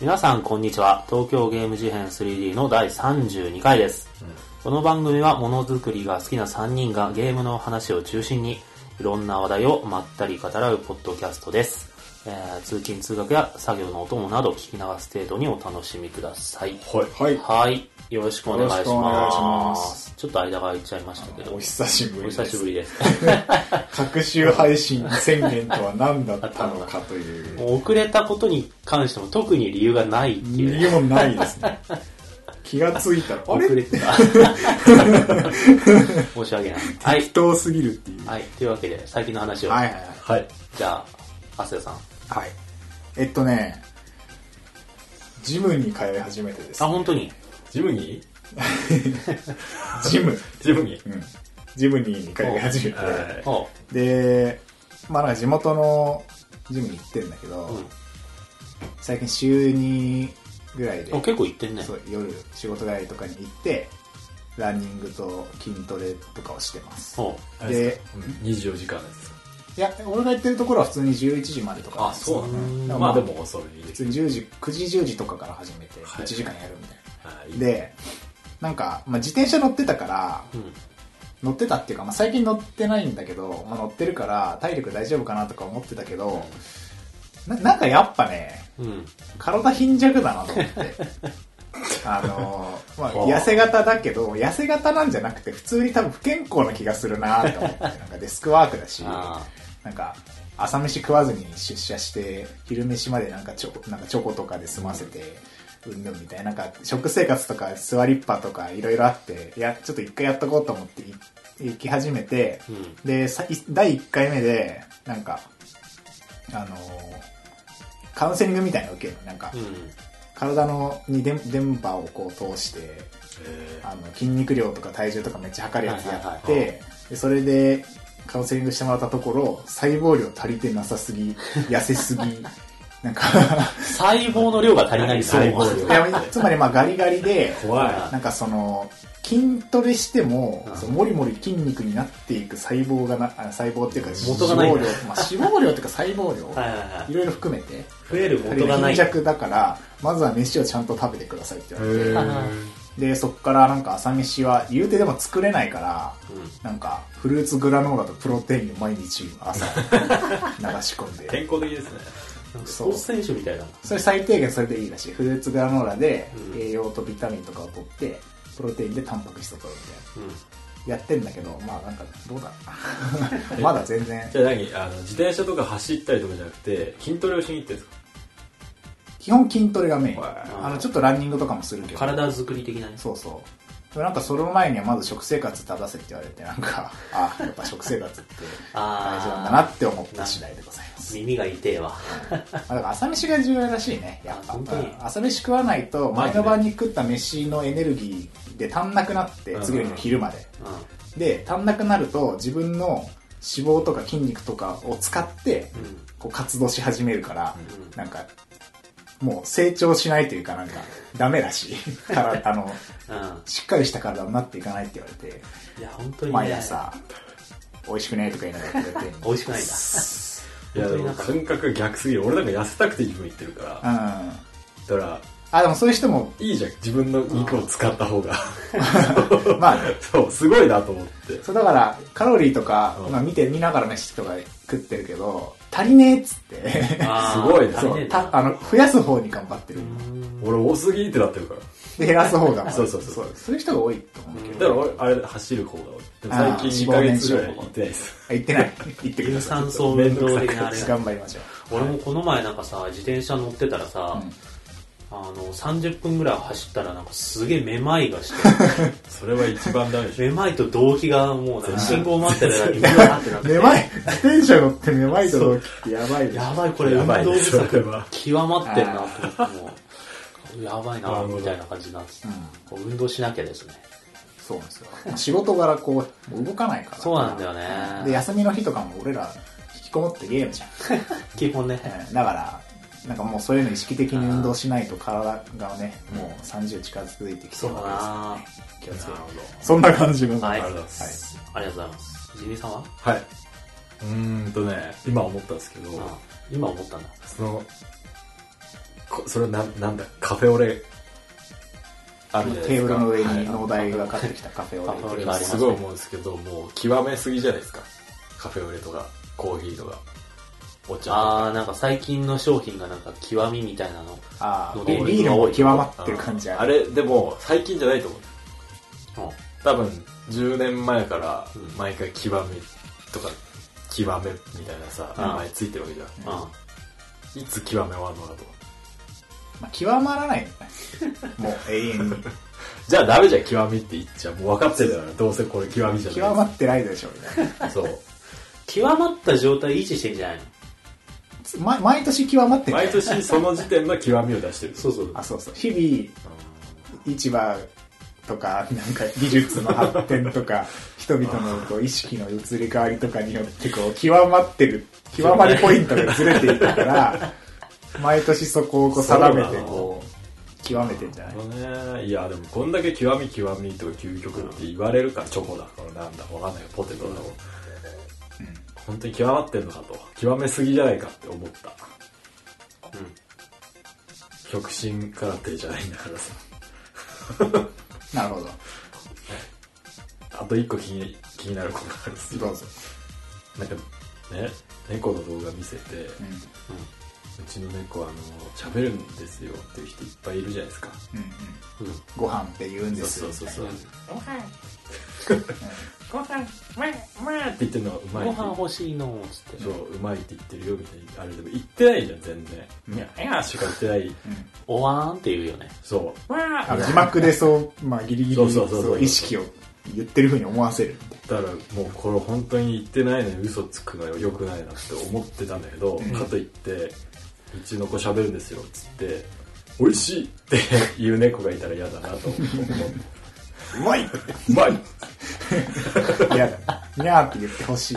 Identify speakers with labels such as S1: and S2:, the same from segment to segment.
S1: 皆さんこんにちは東京ゲーム事変 3D の第32回です、この番組はものづくりが好きな3人がゲームの話を中心にいろんな話題をまったり語らうポッドキャストです、えー通勤通学や作業のお供など聞き流す程度にお楽しみください
S2: はい。はい。
S1: はいよろしくお願いします
S2: よろしくお願いします
S1: ちょっと間が空いちゃいましたけど
S2: お久し
S1: お
S2: ぶりです。
S1: 久しぶりです
S2: 各週配信宣言とは何だったのかという。
S1: もう遅れたことに関しても特に理由がないって
S2: 理
S1: いう
S2: 由もないですね。気がついたら、あ
S1: 遅
S2: れ
S1: れてた申し訳ないはい
S2: 適当すぎるっていう。
S1: はい、というわけで、最近の話を。
S2: はいはいはい。
S3: はい。
S1: じゃあ、アスヤさん。
S2: はい。えっとね、ジムに通い始めてです
S1: あ、。本当に
S3: ジムニ
S2: ジム。
S3: ージムニー
S2: うん。ジムに通い始めて。
S3: はい
S1: おう
S2: で、まあなんか地元のジムに行ってんだけど、
S1: う
S2: 最近週2ぐらいで
S1: ん。お、結構行ってんね。
S2: そう夜仕事帰りとかに行ってランニングと筋トレとかをしてます
S1: おう
S3: あれです
S2: で
S3: かうん24時間ですか
S2: いや俺が行ってるところは普通に11時までとかなんですよ
S3: あそうな
S1: の
S2: んだから
S3: まあ
S2: ま
S3: で
S2: あ
S3: も遅いで
S2: 普
S3: す
S2: 通。に10時9時10時とかから始めて
S3: はい
S2: 1時間やるみたいな、
S3: はい。
S2: でなんか、まあ、自転車乗ってたから
S1: うん。
S2: 乗ってたっていうか、まあ、最近乗ってないんだけど、まあ、乗ってるから体力大丈夫かなとか思ってたけどななんかやっぱね
S1: うん。
S2: 体貧弱だなと 思って。あのーまあ、
S3: ほう
S2: 痩せ型だけど、痩せ型なんじゃなくて、普通に多分不健康な気がするなと思って、なんかデスクワークだし、な
S1: あ
S2: んか、朝飯食わずに出社して、昼飯までなんかチョコ、なんかチョコとかで済ませて、うんぬんみたいな、なんか、食生活とか座りっぱとかいろいろあって、いや、ちょっと一回やっとこうと思ってい行き始めて、
S1: ーうん。
S2: で、さい第1回目で、なんか、あのーカウンセリングみたいなの受けるのなんか、
S1: うん。
S2: 体のに電電波をこう通して、
S3: えー
S2: あの、筋肉量とか体重とかめっちゃ測るやつやって、
S1: はいは
S2: でそれで、カウンセリングしてもらったところ、細胞量足りてなさすぎ、痩せすぎ、な んか、
S1: 細胞の量が足りない
S3: 細
S1: そう
S3: 胞量
S2: いやつまりまあガリガリで、
S3: 怖い。
S2: なんかその筋トレしても、
S1: うん
S2: そうもりもり筋肉になっていく細胞がなあ細胞っていうか
S1: 元がない
S2: 脂肪量、まあ、脂肪量っていうか細胞量、
S1: はい
S2: い
S1: はいはい。
S2: ろいろ含めて
S1: 増える元がな
S2: 貧
S1: い。
S2: 弱だからまずは飯をちゃんと食べてくださいって言われて、
S3: へー
S2: でそっからなんか朝飯は言うてでも作れないから
S1: う
S2: なんかフルーツグラノーラとプロテインを毎日 朝流し込んで
S3: 健康的ですね。
S1: ん。ス
S2: そ
S1: ポ
S2: う
S1: ーツ選手みたいな。
S2: それ最低限それでいいらしいフルーツグラノーラで
S1: うん
S2: 栄養とビタミンとかを取ってプロテインでタンパク質を取るみたいな
S1: う
S2: やってんだけど、まあなんかどうだ ろうなまだ全然
S3: じ。ゃあ何あの、自転車とか走ったりとかじゃなくて、筋トレをしに行ってるんですか
S2: 基本筋トレがメイン。
S3: はい
S2: あの、ちょっとランニングとかもするけ
S1: ん。
S2: ど。
S1: 体作り的なね。
S2: そうそう。でもなんかその前にはまず食生活正せって言われて、なんか、 あ、やっぱ食生活って大事なんだな
S1: あ
S2: って思った次第でございま
S1: ー。
S2: す。
S1: 耳が痛えわ。
S2: まあだから朝飯が重要らしいね、やっ
S1: あ
S2: ぱ。う
S1: 本
S2: ん
S1: 当に
S2: 朝飯食わないと、前の晩に食った飯のエネルギーで足んなくなって
S3: う、ん
S2: 次の日の昼まで。
S1: う
S2: で、足んなくなると自分の脂肪とか筋肉とかを使って、
S1: ん。うん。
S2: こう活動し始めるから、
S1: うん
S2: なんか、もう成長しないというか、なんか、ダメらし い。から、あの、
S1: うん。
S2: しっかりした体になっていかないって言われて、
S1: いや、本当にね。
S2: 毎朝、美味しくねとか言いながら 食べて。
S1: 美味しくないんだ。
S3: い
S1: 本
S3: や、
S1: 当
S3: で
S1: になん
S3: も
S1: か
S3: 感覚が逆すぎる。俺なんか痩せたくてジム行ってるから。
S2: う
S3: だ
S2: ん。
S3: から、
S2: あ、でもそういう人も、
S3: いいじゃん。自分の肉を使った方が。
S2: まあね、
S3: そう、すごいなと思って。
S2: そうだから、カロリーとか、
S3: うん
S2: まあ見て、見ながら飯とか食ってるけど、足りねえっつ って、
S1: あー
S3: すごいね
S1: 足り
S2: そ
S1: ねえ
S2: う、
S1: ん
S2: た
S1: だ
S2: あの、増やす方に頑張ってる
S1: う。ん
S3: 俺多すぎってなってるから。
S2: で、減らす方が、
S3: そうそうそう
S2: そういう人が多いと思うけ
S3: だ
S2: ど。
S3: から俺、あれ、走る方が多い。でも
S2: あー
S3: 最近2ヶ月ぐらい行ってないです。
S2: あ、行ってない。行ってく
S1: 有
S2: ださい。
S1: 酸素運動的なあれが
S2: 頑張りましょう。
S1: 俺もこの前なんかさ自転車乗ってたらさ、あの30分ぐらい走ったらなんかすげえめまいがし
S3: それは一番ダメでしてょ。
S1: めまいと動悸がもうなんか信号待ってるだけにうわーってなっ
S2: め
S1: て
S2: まい、自転車乗ってめまいと同期ってやばいね
S1: やばいこれ
S3: や
S1: 運動
S3: ばい
S1: 不
S3: ねそれ
S1: 足
S3: は
S1: 極まってるなと思ってもうやばい
S3: な
S1: な
S3: るほど
S1: みたいな感じになって
S2: うん、
S1: こう運動しなきゃですね
S2: そうなんですよ。仕事柄こう、もう動かないから。
S1: そうなんだよ
S2: で、
S1: ね
S2: 休みの日とかも俺ら、引きこもってゲーム じゃん。
S1: 基本ね
S2: うんだから、なんかもうそういうの意識的に運動しないと体がね、もう30近づいてき
S1: そ
S2: そうう
S1: だ
S2: な
S1: なあ
S2: わけですから
S3: なる
S2: 気をつけ
S3: ほど
S2: て。そんな感じの。
S1: はい
S3: ありがとうございます。
S1: りがとうございますジミーさんは
S3: はい。うーんとね、今思ったんですけど、
S1: あ今思ったんだ
S3: その、こそれななんだカフェオレあるじゃないで
S2: テー
S3: す
S2: ブ
S3: か
S2: ルの上
S3: はい
S2: に農大が買ってきたカフェ
S1: カフェオ
S2: を
S1: レがありますす
S3: ごい
S1: ね
S3: 思うんですけどもう極めすぎじゃないですかカフェオレとかコーヒーとかお茶
S1: あーなんか最近の商品がなんか極みみたいなの
S2: ああ
S1: の
S2: ビ
S1: で
S2: ールも極まってる感じ
S3: あ
S2: あ
S3: あ
S2: る
S3: れでも最近じゃないと思う
S1: うん
S3: 多分10年前から
S1: うん
S3: 毎回極めとか極めみたいなさ
S1: うん
S3: 名前ついてるわけじゃ
S1: う
S3: ん、
S1: ん
S3: いつ極め終わるのかと
S2: まあ極まらない よねもう永遠に
S3: じゃあダメじゃん極みって言っちゃうもう分かってるからどうせこれ極みじゃない
S2: 極まってないでしょみたいな
S3: そう
S1: 極まった状態維持してんじゃないの
S2: ま毎年極まってない
S3: 毎年その時点の極みを出してる
S1: そうそう
S2: あそうそう日々市場とかなんか技術の発展と か人々のこう意識の移り変わりとかによってこう極まってる極まりポイントがずれていくから毎年そこをこう定めてこう極めてんじゃない
S3: ねいやでもこんだけ極み極みとか究極って言われるからチョコだからなんだわかんないけどポテトだろう本当に極まってんのかと極めすぎじゃないかって思った
S1: うん
S3: 極真空手じゃないんだからさ
S2: なるほど
S3: あと一個気に気になることがあるんですよ
S2: どうぞ、
S3: なんかね猫の動画見せて、う
S2: うん
S3: ちの猫あの喋るんですよっていう人いっぱいいるじゃないですか
S2: うんうん、
S1: うん
S2: ご飯って言うんですよ
S3: そうそうそうそう
S4: ご飯ご飯まあまあ
S3: って言ってるのがうまい
S1: ご
S3: って
S1: 飯欲しいのっつって
S3: そううまいって言ってるよみたいなあれでも言ってないじゃん全然
S2: うん
S3: いやいやしか言ってない
S1: おわーんって言うよね
S3: そ
S4: まあ
S2: あの字幕でそう、まあ、ギリギリ
S3: そうそうそうそう
S2: そう意識を言ってるふうに思わせる
S3: うだからもうこれ本当に言ってないのに嘘つくのよよくないなって思ってたんだけど、かといってうちの子喋るんですよっつって美味しいって 言う猫がいたら嫌だなと思って
S2: うまい
S3: うまいう
S2: いやにゃーって言ってほしい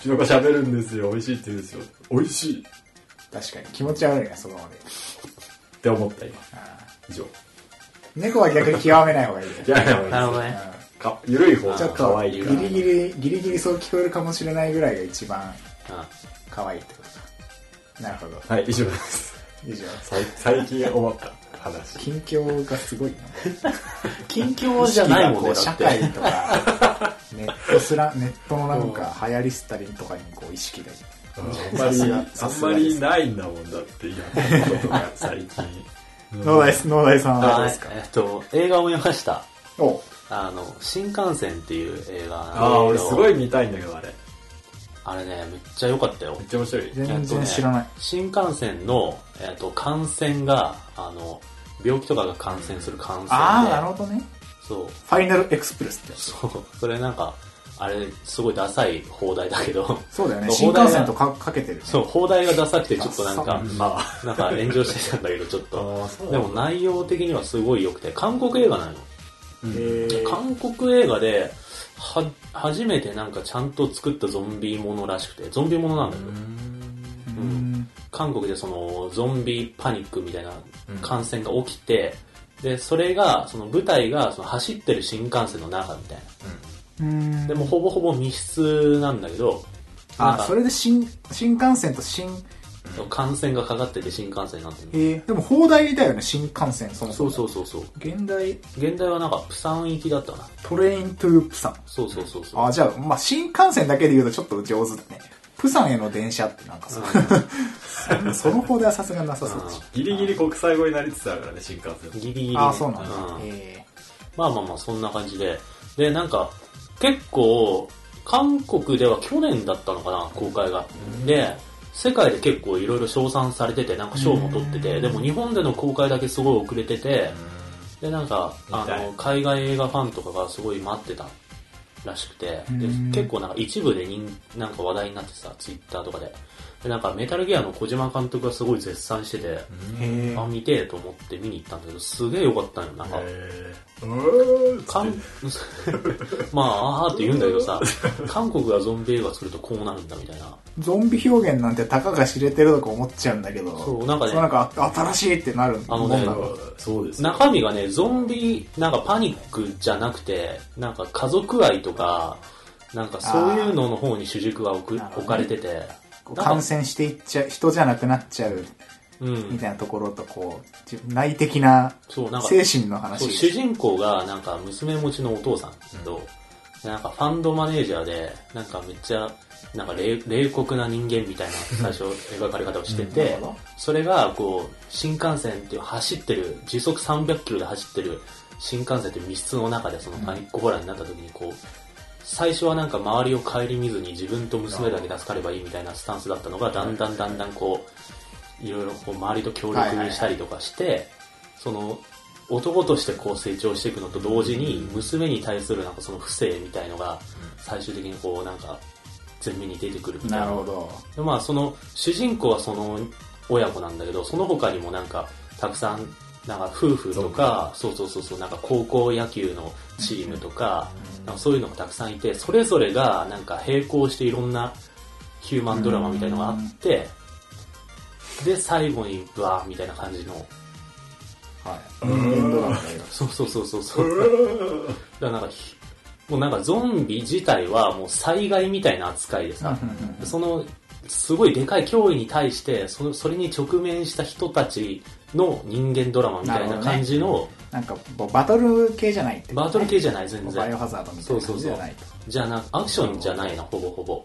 S3: ちの子喋るんですよ美味しいって言うんですよ美味しいっ
S2: 確かに気持ち悪いなそのままで
S3: て思った今以上
S2: 猫は逆に極めない方がいいよ
S3: じゃあ
S1: なるほどね
S3: かゆるい方
S2: ちょ
S3: が
S2: っ
S3: 可
S2: と
S3: 愛
S2: ギ
S3: いから
S2: リギリギリギリそう聞こえるかもしれないぐらいが一番
S1: う
S2: 可愛いってことかなるほど
S3: はい以上です
S2: 以上
S3: 最最近思った話
S2: 近況がすごいなん
S1: 近況じゃないもん
S2: こ
S1: ね
S2: う
S1: だ
S2: 社
S1: って
S2: 会とかネットすらネットのなんか流行りすたりとかにこう意識が
S3: あんまり、あんまりないんだもんだって、やったことが最近。
S2: 農大農大さんはどう
S1: は
S2: で
S1: い
S2: すか
S1: えっと映画を見ました
S2: お
S1: あの新幹線っていう映画なんだけ
S3: ああ、
S1: ど
S3: 俺すごい見たいんだけど、あれ。
S1: あれねめっちゃ良かったよ
S3: めっちゃ面白い。
S2: 全然知らない
S1: 新幹線の、えっと感染があの病気とかが感染する感染で
S2: ああなるほどね
S1: そう
S2: ファイナルエクスプレスってやつ
S1: そうそれなんかあれすごいダサい放題だけど
S2: そうだよね
S1: そ
S2: 新
S1: う放題
S2: 幹
S1: は
S2: 線とかかけてるね
S1: そう放題がダサくてちょっとなんか
S3: まあ、
S1: なんか炎上してたんだけどちょっ
S3: あ
S1: と
S3: ーそう
S1: でも内容的にはすごい良くて韓国映画なの
S2: へー
S1: 韓国映画では初めてなんかちゃんと作ったゾンビものらしくてゾンビものなんだけど、
S2: うん
S1: 韓国でそのゾンビパニックみたいな感染が起きて、でそれがその舞台がその走ってる新幹線の中みたい
S2: うん
S1: なでもほぼほぼ密室なんだけどなん
S2: あ
S1: か
S2: それで新新幹線と新
S1: 感染がかかってて新幹線になってる
S2: えーでも放題だよね新幹線そもそ
S1: そ
S2: も
S1: うそうそうそう
S2: 現代
S1: 現代はなんかプサン行きだったな
S2: トレイントゥプサン
S1: そうそうそうそう
S2: あじゃあ、まあ、新幹線だけで言うとちょっと上手だねプサンへの電車ってなんかさ、そ その放題はさすがなさそうだし、
S3: ギリギリ国際語になりつつあるからね、新幹線。
S1: ギリギリね、
S2: ああそうなんだ、え
S1: まあまあまあ、そんな感じで。で、なんか、結構、韓国では去年だったのかな、公開が。で、世界で結構いろいろ称賛されてて、なんか賞も取ってて、でも日本での公開だけすごい遅れてて、で、なんか、あ
S3: 見たい
S1: の、海外映画ファンとかがすごい待ってたらしくて、で
S2: うん
S1: 結構なんか一部で人なんか話題になってさ、ツイッターとかで。で、なんかメタルギアの小島監督がすごい絶賛してて、
S2: ー、へ
S1: あ、
S2: ー
S1: 見てえと思って見に行ったんだけど、すげえ良かったのよ、なんか。
S3: えーうーん
S1: 韓 まあ、あーって言うんだけど さ、韓国がゾンビ映画作るとこうなるんだみたいな。
S2: ゾンビ表現なんてたかが知れてるとか思っちゃうんだけど
S1: そうなんかね
S2: そうなんかあ新しいってなる
S1: あの
S2: も
S1: ね
S2: んだ
S3: なん
S2: ろ
S3: かそうですよ。
S1: 中身がね、ゾンビ、なんかパニックじゃなくて、なんか家族愛とか、なんかそういうのの方に主軸が置く
S2: あー
S1: 置かれてて、
S2: こう
S1: なん
S2: 感
S1: か
S2: 染していっちゃう人じゃなくなっちゃう
S1: う
S2: み
S1: ん。
S2: たいなところと、こう、じ内的な
S1: そう、なんか、
S2: 精神の
S1: そう
S2: 話
S1: 主。人公がなんか娘持ちのお父さんですけど、でなんかファンドマネージャーでなんかめっちゃなんか冷冷酷な人間みたいな最初描かれ方をしてて、
S2: うんなるほど
S1: それがこう新幹線っていう走ってる時速300キロで走ってる新幹線という密室の中でそのパニックホラーになった時にこう、最初はなんか周りを顧みずに自分と娘だけ助かればいいみたいなスタンスだったのがだんだんだんだんこういろいろこう周りと協力にしたりとかして、その男としてこう成長していくのと同時に娘に対するなんかその不正みたいのが最終的にこうなんか前面に出てくるみたい
S2: な
S1: な
S2: るほど。
S1: でまあその主人公はその親子なんだけどその他にもなんかたくさんなんか夫婦とかそうそうそうそうなんか高校野球のチームとか,、なんかそういうのがたくさんいてそれぞれがなんか並行していろんなヒューマンドラマみたいのがあって、で最後にブワーみたいな感じの
S2: はい。人間ドラマだよ。
S1: そうそうそうそうそうだからなんかひもうなんかゾンビ自体はもう災害みたいな扱いでさ、そのすごいでかい脅威に対してそのそれに直面した人たちの人間ドラマみたいな感じ
S2: なる
S1: の、
S2: なんか、こうバトル系じゃないってことね。
S1: バトル系じゃない全
S2: バイオ
S1: 然
S2: ハザードみたいな感じじゃないと。
S1: じゃなアクションじゃないなほぼほぼ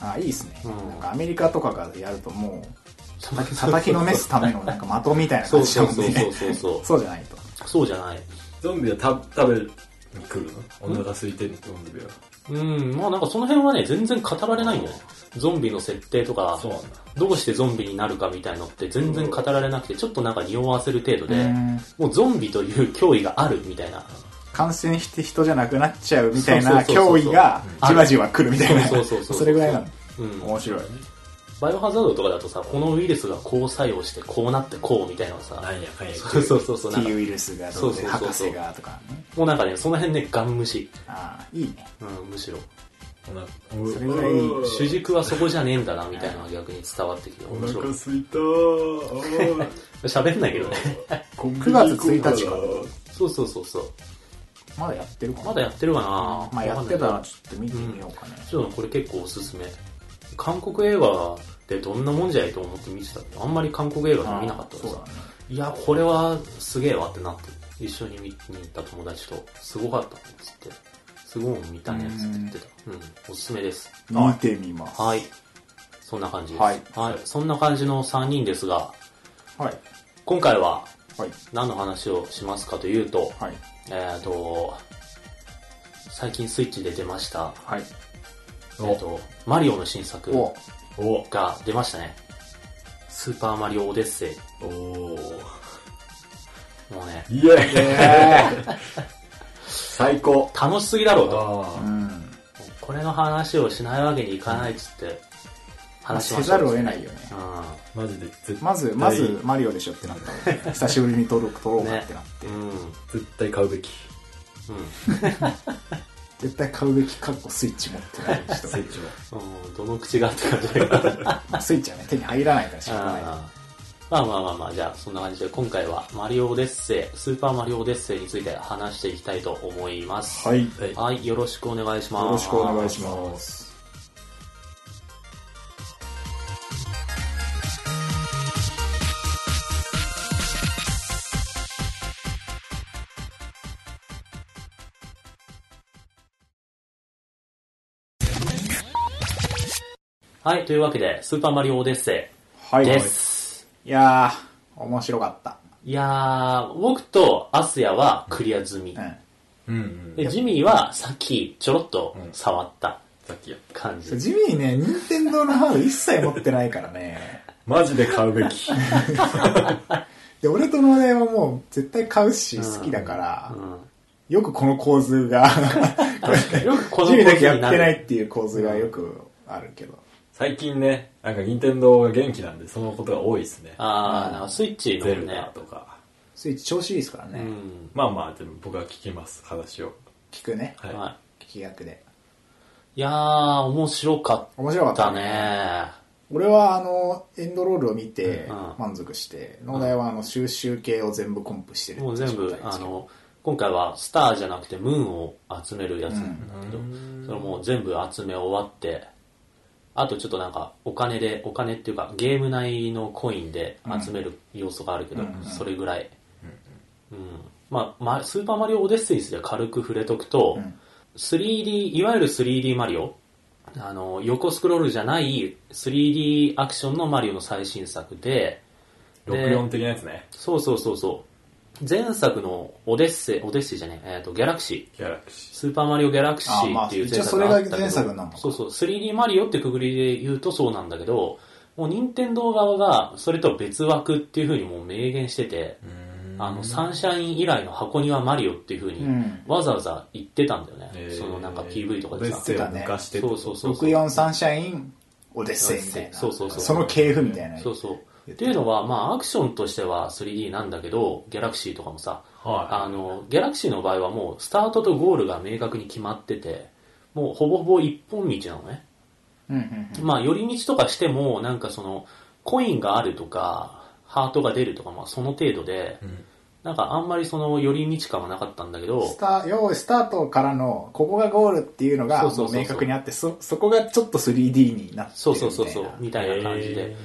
S2: あ、いいですね。
S1: うん
S2: なんかアメリカとかがやるともう、叩き叩きのめすためのなんか的みたいな
S1: そ
S2: 感
S1: う
S2: じだ
S1: そう
S2: もん
S1: そうそう
S2: ね。
S1: そうそう
S2: そうじゃないと。
S1: そうじゃない
S3: ゾンビはた食べに来るのお腹空いてるのゾンビは。
S1: うんまあなんかその辺はね全然語られないんだよねゾンビの設定とか
S3: そうなんだ。
S1: どうしてゾンビになるかみたいのって全然語られなくてちょっとなんか匂わせる程度で
S2: うん
S1: もうゾンビという脅威があるみたいな
S2: 感染して人じゃなくなっちゃうみたいな
S1: そうそうそう
S2: 脅
S1: そう
S2: 威がじわじわ来るみたいな。
S1: そうそうそうそう
S2: それぐらいなの。
S1: うん
S2: 面白い。
S1: バイオハザードとかだとさ、このウイルスがこう作用して、こうなってこうみたいなのさ、
S3: なんやかんや言って
S1: そうそうそうそう、なん
S2: T
S1: か
S2: ウイルスがどう
S1: そうそうそ
S2: で、
S1: う
S2: 博
S1: そう
S2: 士がとかね。
S1: もうなんかね、その辺ね、ガン無視。
S2: ああ、いいね。
S1: うん、むしろ。
S3: お腹
S2: それぐらい
S3: お腹
S1: 主軸はそこじゃねえんだな、みたいなのが逆に伝わってきて、
S3: お
S1: 面白
S3: 腹
S1: い。
S3: すいたー。あ
S1: 喋んないけどね。
S3: ー
S2: 9月1日か
S1: そうそうそうそう。
S2: まだやってるかな
S1: まだやってるかな
S2: まあやってたら
S1: わかんない
S2: ちょっと見てみようかね。
S1: ちょっとこれ結構おすすめ。韓国映画ってどんなもんじゃいと思って見てたけど、あんまり韓国映画で見なかったから
S2: そう
S1: さ
S2: だね。
S1: いや、これはすげえわってなって、一緒に見に行った友達と、すごかったねっつって、すごいもん見たねっつって言ってた。うん、おすすめです。
S2: 見てみます。
S1: はい。そんな感じです。
S2: はい
S1: そんな感じの3人ですが、
S2: はい。
S1: 今回は
S2: はい。
S1: 何の話をしますかというと、
S2: はい。
S1: えっ、と、最近スイッチで出ました、
S2: はい。
S1: えっ、と、マリオの新作
S2: お
S3: お
S1: が出ましたね。スーパーマリオオデッセイ。
S3: おお
S1: もうね、
S3: イエーイ最高
S1: 楽しすぎだろうと。
S3: あ
S2: う
S3: あ
S2: ん。
S1: これの話をしないわけにいかないっつって話し
S2: せ
S1: まし
S2: ざ
S1: た
S2: るを得ないよね。
S3: マジで絶
S2: まず、まず、マリオでしょってなったもんね。久しぶりに撮ろう撮ろうかってなって。
S1: うんうんうん
S3: 絶対買うべき
S2: 絶対買うべき、かっこスイッチ持ってない人。
S3: スイッチは
S1: うんどの口がって感じだけど
S2: まあスイッチはね、手に入らないからしょうがない。
S1: あーまあまあまあまあじゃあそんな感じで今回はマリオオデッセイスーパーマリオオデッセイについて話していきたいと思います
S2: はい。よ
S3: はい
S1: はいよろしくお願いします
S2: ろしくお願いします。
S1: はいというわけでスーパーマリオオデッセ
S2: は
S1: イ
S2: い。
S1: です
S2: いやー、面白かった。
S1: いやー僕とアスヤはクリア済み、
S2: うん。
S3: うんうん
S1: でジミーはさっきちょろっと触った
S3: さっきや
S1: 感じ、
S2: 地味にね、任天堂のハード一切持ってないからね。
S3: マジで買うべき
S2: で、俺とのねはもう絶対買うし、好きだから、よくこの構図が、
S1: よくこの
S2: 地味だけや
S1: 構
S2: っ
S1: 図に
S2: て
S1: なる
S2: ないっていう構図がよくあるけど。
S3: 最近ねなんか任天堂が元気なんでそのことが多いですね
S1: ああ、なんかスイッチの
S3: ゼル
S1: ね
S3: ダ。とか
S2: スイッチ調子いいですからね。
S1: うん。
S3: まあまあでも僕は聞きます話を
S2: 聞くね。
S3: はい、
S1: は
S2: 聞き役で。
S1: い。いやー、面白か
S2: 面白か
S1: っ
S2: った
S1: たね。
S2: 俺はあの、エンドロールを見て
S1: うん
S2: 満足して、農大はあの、収集系を全部コンプしてる。
S1: もう全部、あ、の、今回はスターじゃなくてムーンを集めるやつなんだけど、それもう全部集め終わって、あとちょっとなんかお金でお金っていうかゲーム内のコインで集める要素があるけど、
S2: うん
S1: それぐらい、うんまあまあスーパーマリオオデッセイスで軽く触れとくと、
S2: うん
S1: 3D いわゆる 3D マリオあの横スクロールじゃない 3D アクションのマリオの最新作でで
S3: 64的なやつね。
S1: そうそうそうそう前作のオデッセイオデッセイじゃねえ、えー、とギャラクシー
S3: ギャラクシ
S1: スーパーマリオ・ギャラクシ
S2: あま
S1: ー
S2: あ
S1: っていう
S2: 一応
S1: 前
S2: そ
S1: 作
S2: れ
S1: が
S2: が
S1: あったけど、
S2: 前作なのか
S1: そうそう、3D マリオってくぐりで言うとそうなんだけど、もう任天堂側がそれとは別枠っていうふうにもう明言してて、あの、サンシャイン以来の箱庭マリオっていうふうに
S2: うん
S1: わざわざ言ってたんだよね。
S3: ー。
S1: そのなんか PV とか
S3: で
S1: で
S3: さ。オデ
S1: さ。
S3: ッセイを抜かしてって
S1: そ
S3: こ
S1: う
S3: と
S1: そうそうそう。
S2: 64サンシャイン、オデッセイみたいな。
S1: そうそうそう
S2: その系譜みたいな。
S1: そう
S2: そ
S1: そう。っていうのは、まあアクションとしては 3D なんだけど、ギャラクシーとかもさ、
S3: は
S1: あの、ギャラクシーの場合はもうスタートとゴールが明確に決まってて、もうほぼほぼ一本道なのね。
S2: う。うんうん
S1: まあ、寄り道とかしても、なんかその、コインがあるとか、ハートが出るとか、まあ、その程度で、なんかあんまりその、寄り道感はなかったんだけ
S2: うん。ス
S1: ど、
S2: タ用意スタートからの、ここがゴールっていうのが
S1: そうそうそうそう
S2: もう明確にあって、そ、そこがちょっと 3D になってるみたいな。
S1: そうそうそうそう、みたいな感じ
S3: へ
S1: で
S3: ー。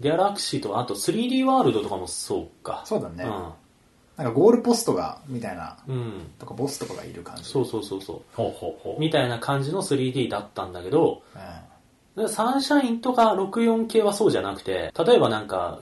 S1: ギャラクシーと、あと 3D ワールドとかもそうか。
S2: そうだねなんかゴールポストが、みたいな、
S1: うん。うん。
S2: とかボスとかがいる感じ。
S1: そうそうそうそ
S3: ほうほうほ
S1: う。
S3: う。
S1: みたいな感じの 3D だったんだけど、
S2: うん。
S1: でサンシャインとか64系はそうじゃなくて、例えばなんか、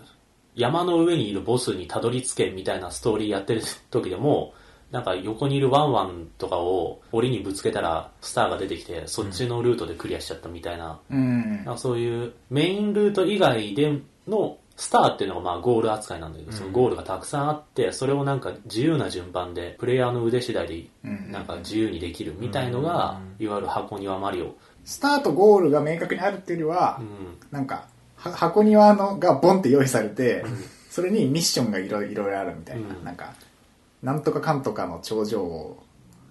S1: 山の上にいるボスにたどり着けみたいなストーリーやってる時でも、なんか横にいるワンワンとかを檻にぶつけたらスターが出てきて、そっちのルートでクリアしちゃったみたいな、
S2: うん
S1: なんかそういうメインルート以外でのスターっていうのがまあゴール扱いなんだけど、そのゴールがたくさんあって、それをなんか自由な順番で、プレイヤーの腕次第で
S2: うん
S1: なんか自由にできるみたいのが、いわゆる箱庭マリオ。
S2: スタートゴールが明確にあるっていうよりは、
S1: うん
S2: なんか、は箱庭のがボンって用意されて、それにミッションがいろいろあるみたいな、
S1: うん
S2: なんか、なんとかかんとかの頂上を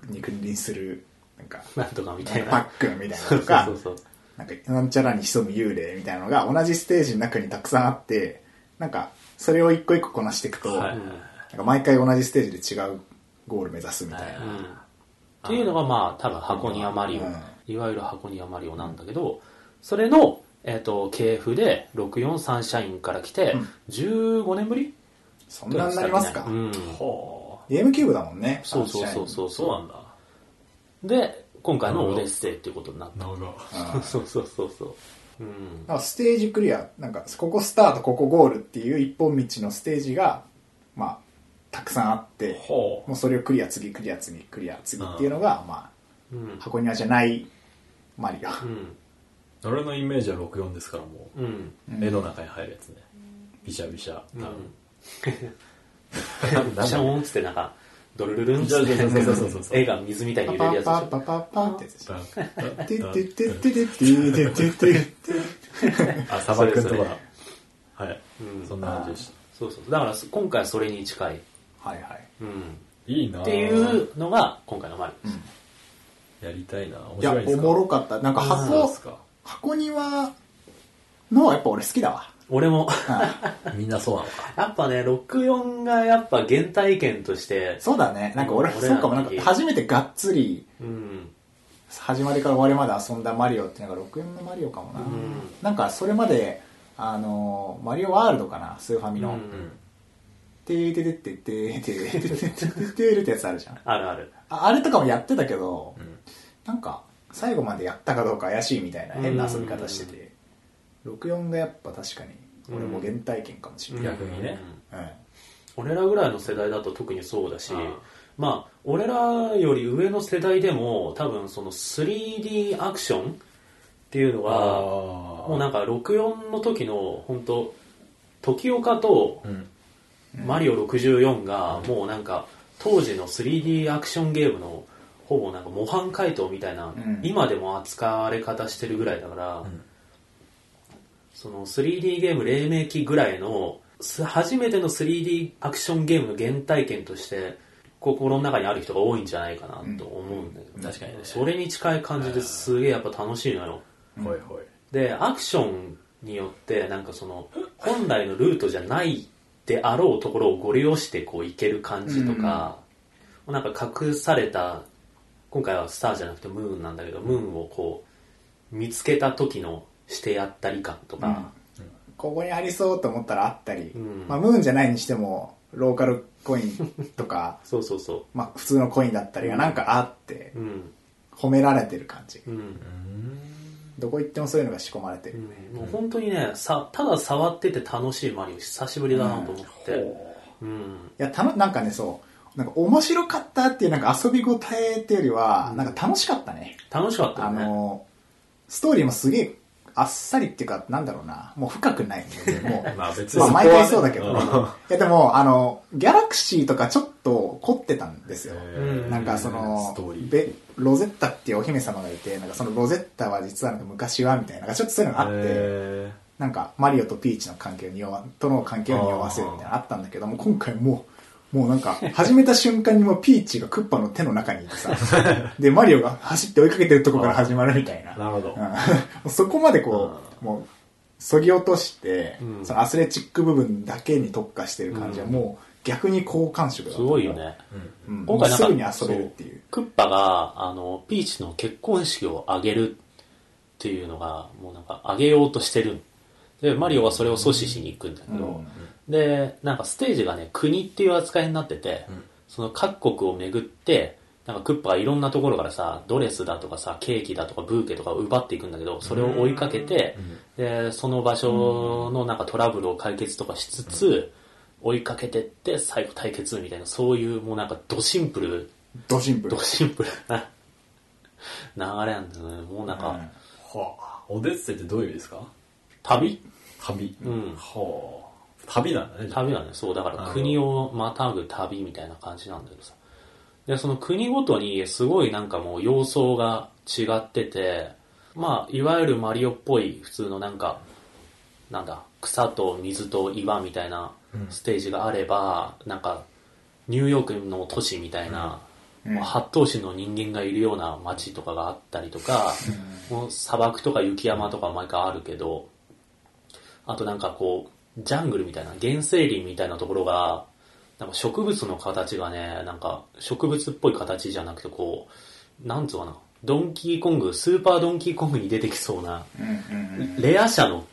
S2: に君臨する、なんか、
S1: なんとかみたいな。
S2: パックンみたいな
S1: そ
S2: の
S1: う
S2: とか
S1: そ、うそう。
S2: なんか、なんちゃらに潜む幽霊みたいなのが同じステージの中にたくさんあって、なんか、それを一個一個こなしていくと、
S3: はい
S1: うん
S2: なんか毎回同じステージで違うゴール目指すみたいな。
S1: うんっていうのがまあ多分箱庭マリオ、
S2: うん
S1: いわゆる箱庭マリオなんだけど、それの、えっと系譜で64サンシャインから来て、
S2: うん
S1: 15年ぶり
S2: そんなになりますか、
S1: うん、
S3: ほ
S2: ゲームキューブだもんね。
S1: そうそうそう
S2: う。
S1: そう
S3: う。そうなんだ。
S1: で今回のオデッセイっていうことになった、
S3: 長。
S2: うん
S1: そうそうそうそううん
S2: なんかステージクリア、なんか、ここスタート、ここゴールっていう一本道のステージが、まあ、たくさんあって、
S3: ほう。
S2: もうそれをクリア、次、クリア、次、クリア、次っていうのが、ま
S1: うん
S2: あ、箱庭じゃないマリオ。
S1: うん
S3: 俺のイメージは64ですからも
S1: うん
S3: う、絵の中に入るやつね。ビシャビシャ。多分
S1: シャオンっつってなんかドルルルンっつっ
S3: そうそうそうそう
S1: て絵が水みたいに揺れるやつでし
S2: パ
S1: ょ
S2: パパパパってやつでしょ。てってっ
S3: あ、
S2: てってってってってってって。
S3: 砂漠のとこだ。はい
S1: うん。
S3: そんな感じでし
S1: そうそうだからそ今回はそれに近い、
S2: はいはい。
S1: うん、
S3: た。いいなぁ
S1: っていうのが今回のマリオです、
S3: やりたいなぁ面
S2: いや
S3: 白い、で
S2: お
S3: すか
S2: もろかった。なんか
S3: そうっ
S2: 箱
S3: す、か。
S2: 箱庭のはやっぱ俺好きだわ。
S1: 俺も
S3: みんなそうなのか。
S1: やっぱね64がやっぱ原体験として
S2: そうだね。なんか俺、
S1: うん
S2: そうかも。なんか初めてがっつり、
S1: うん
S2: 始まりから終わりまで遊んだマリオっていうのが64のマリオかもな、なんかそれまであのーマリオワールドかなスーファミ
S1: う
S2: の
S1: ん
S2: 「てーててててててててててる」ってやつあるじゃん
S1: あるある
S2: ああれとかもやってたけど、なんか最後までやったかどうか怪しいみたいな変な遊び方してて、64がやっぱ確かに俺も原体験かもしれない、
S3: 逆にね。
S2: うん
S1: 俺らぐらいの世代だと特にそうだし
S3: うん
S1: まあ俺らより上の世代でも多分その 3D アクションっていうのはもうなんか64の時の本当時岡と
S3: うん。
S1: マリオ64がもうなんか当時の 3D アクションゲームのほぼなんか模範解答みたいな、
S2: ん
S1: 今でも扱われ方してるぐらいだから、その 3D ゲーム黎明期ぐらいのす初めての 3D アクションゲームの原体験として心の中にある人が多いんじゃないかなと思うんだけど、
S3: 確かにね
S1: それに近い感じですげえやっぱ楽しいのよ、
S3: ほいほい。
S1: でアクションによってなんかその本来のルートじゃないであろうところをご利用してこう行ける感じとか、なんか隠された今回はスターじゃなくてムーンなんだけどムーンをこう見つけた時のしてやったり感とか、
S2: ここにありそうと思ったらあったり、
S1: うん
S2: まあ、ムーンじゃないにしてもローカルコインとか
S1: そうそうそ
S2: まあ普通のコインだったりがなんかあって
S1: う。うん。
S2: 褒められてる感じ
S1: うん。
S2: どこ行ってもそういうのが仕込まれてる、
S1: もう本当にね、さ、ただ触ってて楽しいマリオ久しぶりだなと思って。うん。
S2: いやたのなんかねそうなんか面白かったっていうなんか遊び応えっていうよりは、
S1: うん
S2: なんか楽しかったね
S1: 楽しかった
S2: あ
S1: よね。
S2: のストーリーもすげえあっさりっていうかなんだろうなもう深くないもう
S3: まあ別に
S2: まあ
S3: そこは
S2: 毎
S3: ね
S2: 回そうだけど、
S3: うん
S2: いやでもあのギャラクシーとかちょっと凝ってたん ですよ、
S1: うん
S2: なんかその
S3: ストーリー。
S2: ベロゼッタっていうお姫様がいてなんかそのロゼッタは実はなんか昔はみたいななんかちょっとそういうのがあって、
S3: え
S2: なんかマリオとピーチの関係を匂わとの関係を匂わせるみたいなのあったんだけども今回もうもうなんか始めた瞬間にもうピーチがクッパの手の中にい てさでマリオが走って追いかけてるとこから始まるみたい
S3: ーな
S2: な、
S3: るほど。
S2: うんそこまでこうもうそぎ落として、
S1: うん
S2: そのアスレチック部分だけに特化してる感じはもう逆に好感触だっ
S1: す
S2: た
S1: ごいよね。
S3: うん
S2: うん、
S1: 今回なんか
S2: もうすぐに遊べるっていう
S1: クッパが、あの、ピーチの結婚式を挙げるっていうのが、もうなんか、挙げようとしてる。で、マリオはそれを阻止しに行くんだけど、
S2: うん
S1: で、なんかステージがね、国っていう扱いになってて、
S3: ん
S1: その各国を巡って、なんかクッパがいろんなところからさ、ドレスだとかさ、ケーキだとかブーケとかを奪っていくんだけど、それを追いかけて、で、その場所のなんかトラブルを解決とかしつつ、追いかけてって最後対決みたいな、そういうもうなんかドシンプル、
S2: ドシンプル
S1: ドシンプルな流れなんだよね。もうなんか、
S2: うん
S3: はあ。オデッセイってどういう意味ですか
S1: 旅
S3: 旅。
S1: うん
S3: はあ。旅なんだね。
S1: 旅だねそうだか
S3: なる
S1: ら
S3: ほど
S1: 国をまたぐ旅みたいな感じなんだけどさでその国ごとにすごいなんかもう様相が違っててまあいわゆるマリオっぽい普通のなんかなんだ草と水と岩みたいなステージがあれば、なんかニューヨークの都市みたいな、もう八頭身の人間がいるような街とかがあったりとか、もう砂漠とか雪山とか毎回あるけどあとなんかこうジャングルみたいな原生林みたいなところがなんか植物の形がねなんか植物っぽい形じゃなくてこうなんつうかなドンキーコングスーパードンキーコングに出てきそうな
S2: うんうんうん
S1: レア社の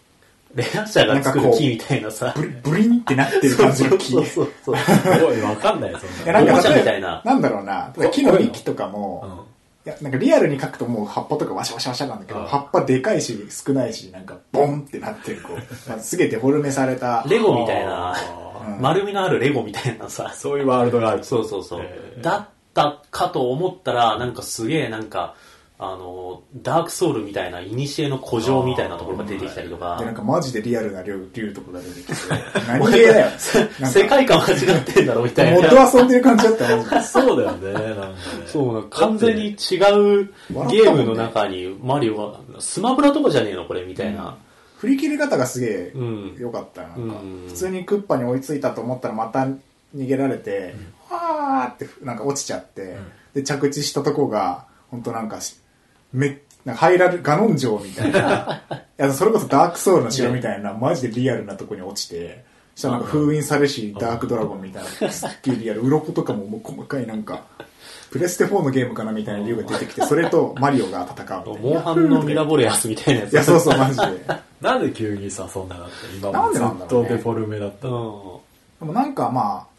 S1: レア社が作る木みたいなさ
S2: ブリブリンってなってる感じの木
S1: そうそうそう
S3: すごい、わかんない、そん
S2: いや
S3: な
S2: な
S3: の。
S2: ん
S1: おもち
S2: か
S1: ゃみたいな
S2: なんだろうな木の幹とかも、
S3: う
S2: いやなんかリアルに書くともう葉っぱとかワシャワシャワシャなんだけど、
S3: うん
S2: 葉っぱでかいし少ないしなんかボンってなってるこ うなんかすげえデフォルメされた
S1: レゴ
S3: ん
S1: みたいな
S3: あ
S2: うん
S1: 丸みのあるレゴみたいなさ
S3: ーそういうワールドがある。
S1: そうそうそう、
S3: えー
S1: だったかと思ったらなんかすげえなんかあのダークソウルみたいな古の古城みたいなところが出てきたりとか
S2: でなんかマジでリアルな竜竜とかが出 てきて何系だよなんか
S1: 世界観間違ってんだろみたい
S2: モ
S1: な
S2: ッド遊んでる感じだったマジで
S3: そうだよね、なんかね。
S1: そうな完全に違うゲームの中にマリオはスマブラとかじゃねえのこれみたいな、
S2: 振り切り方がすげえ
S1: うん
S2: 良かったな、なんか
S1: うん
S2: 普通にクッパに追いついたと思ったらまた逃げられて、わーってなんか落ちちゃって、で着地したとこが本当なんかしめなんかハイラルガノン城みたい ないやそれこそダークソウルの城みたいな、マジでリアルなとこに落ちてそしたらなんか封印されし、ダークドラゴンみたいなすっげえリアル鱗とかももう細かいなんかプレステ4のゲームかなみたいな竜が出てきてそれとマリオが戦うみたいな
S1: モンハンのミラボレアスみたいなやつ
S2: いやそうそうマジで
S3: なんで急にさ、そんななった今
S2: な
S3: も
S2: ん
S3: ず
S2: でなんだ
S3: っ
S2: ろう
S3: と
S2: ね
S3: デフォルメだった。
S1: うん
S2: でもなんかまあ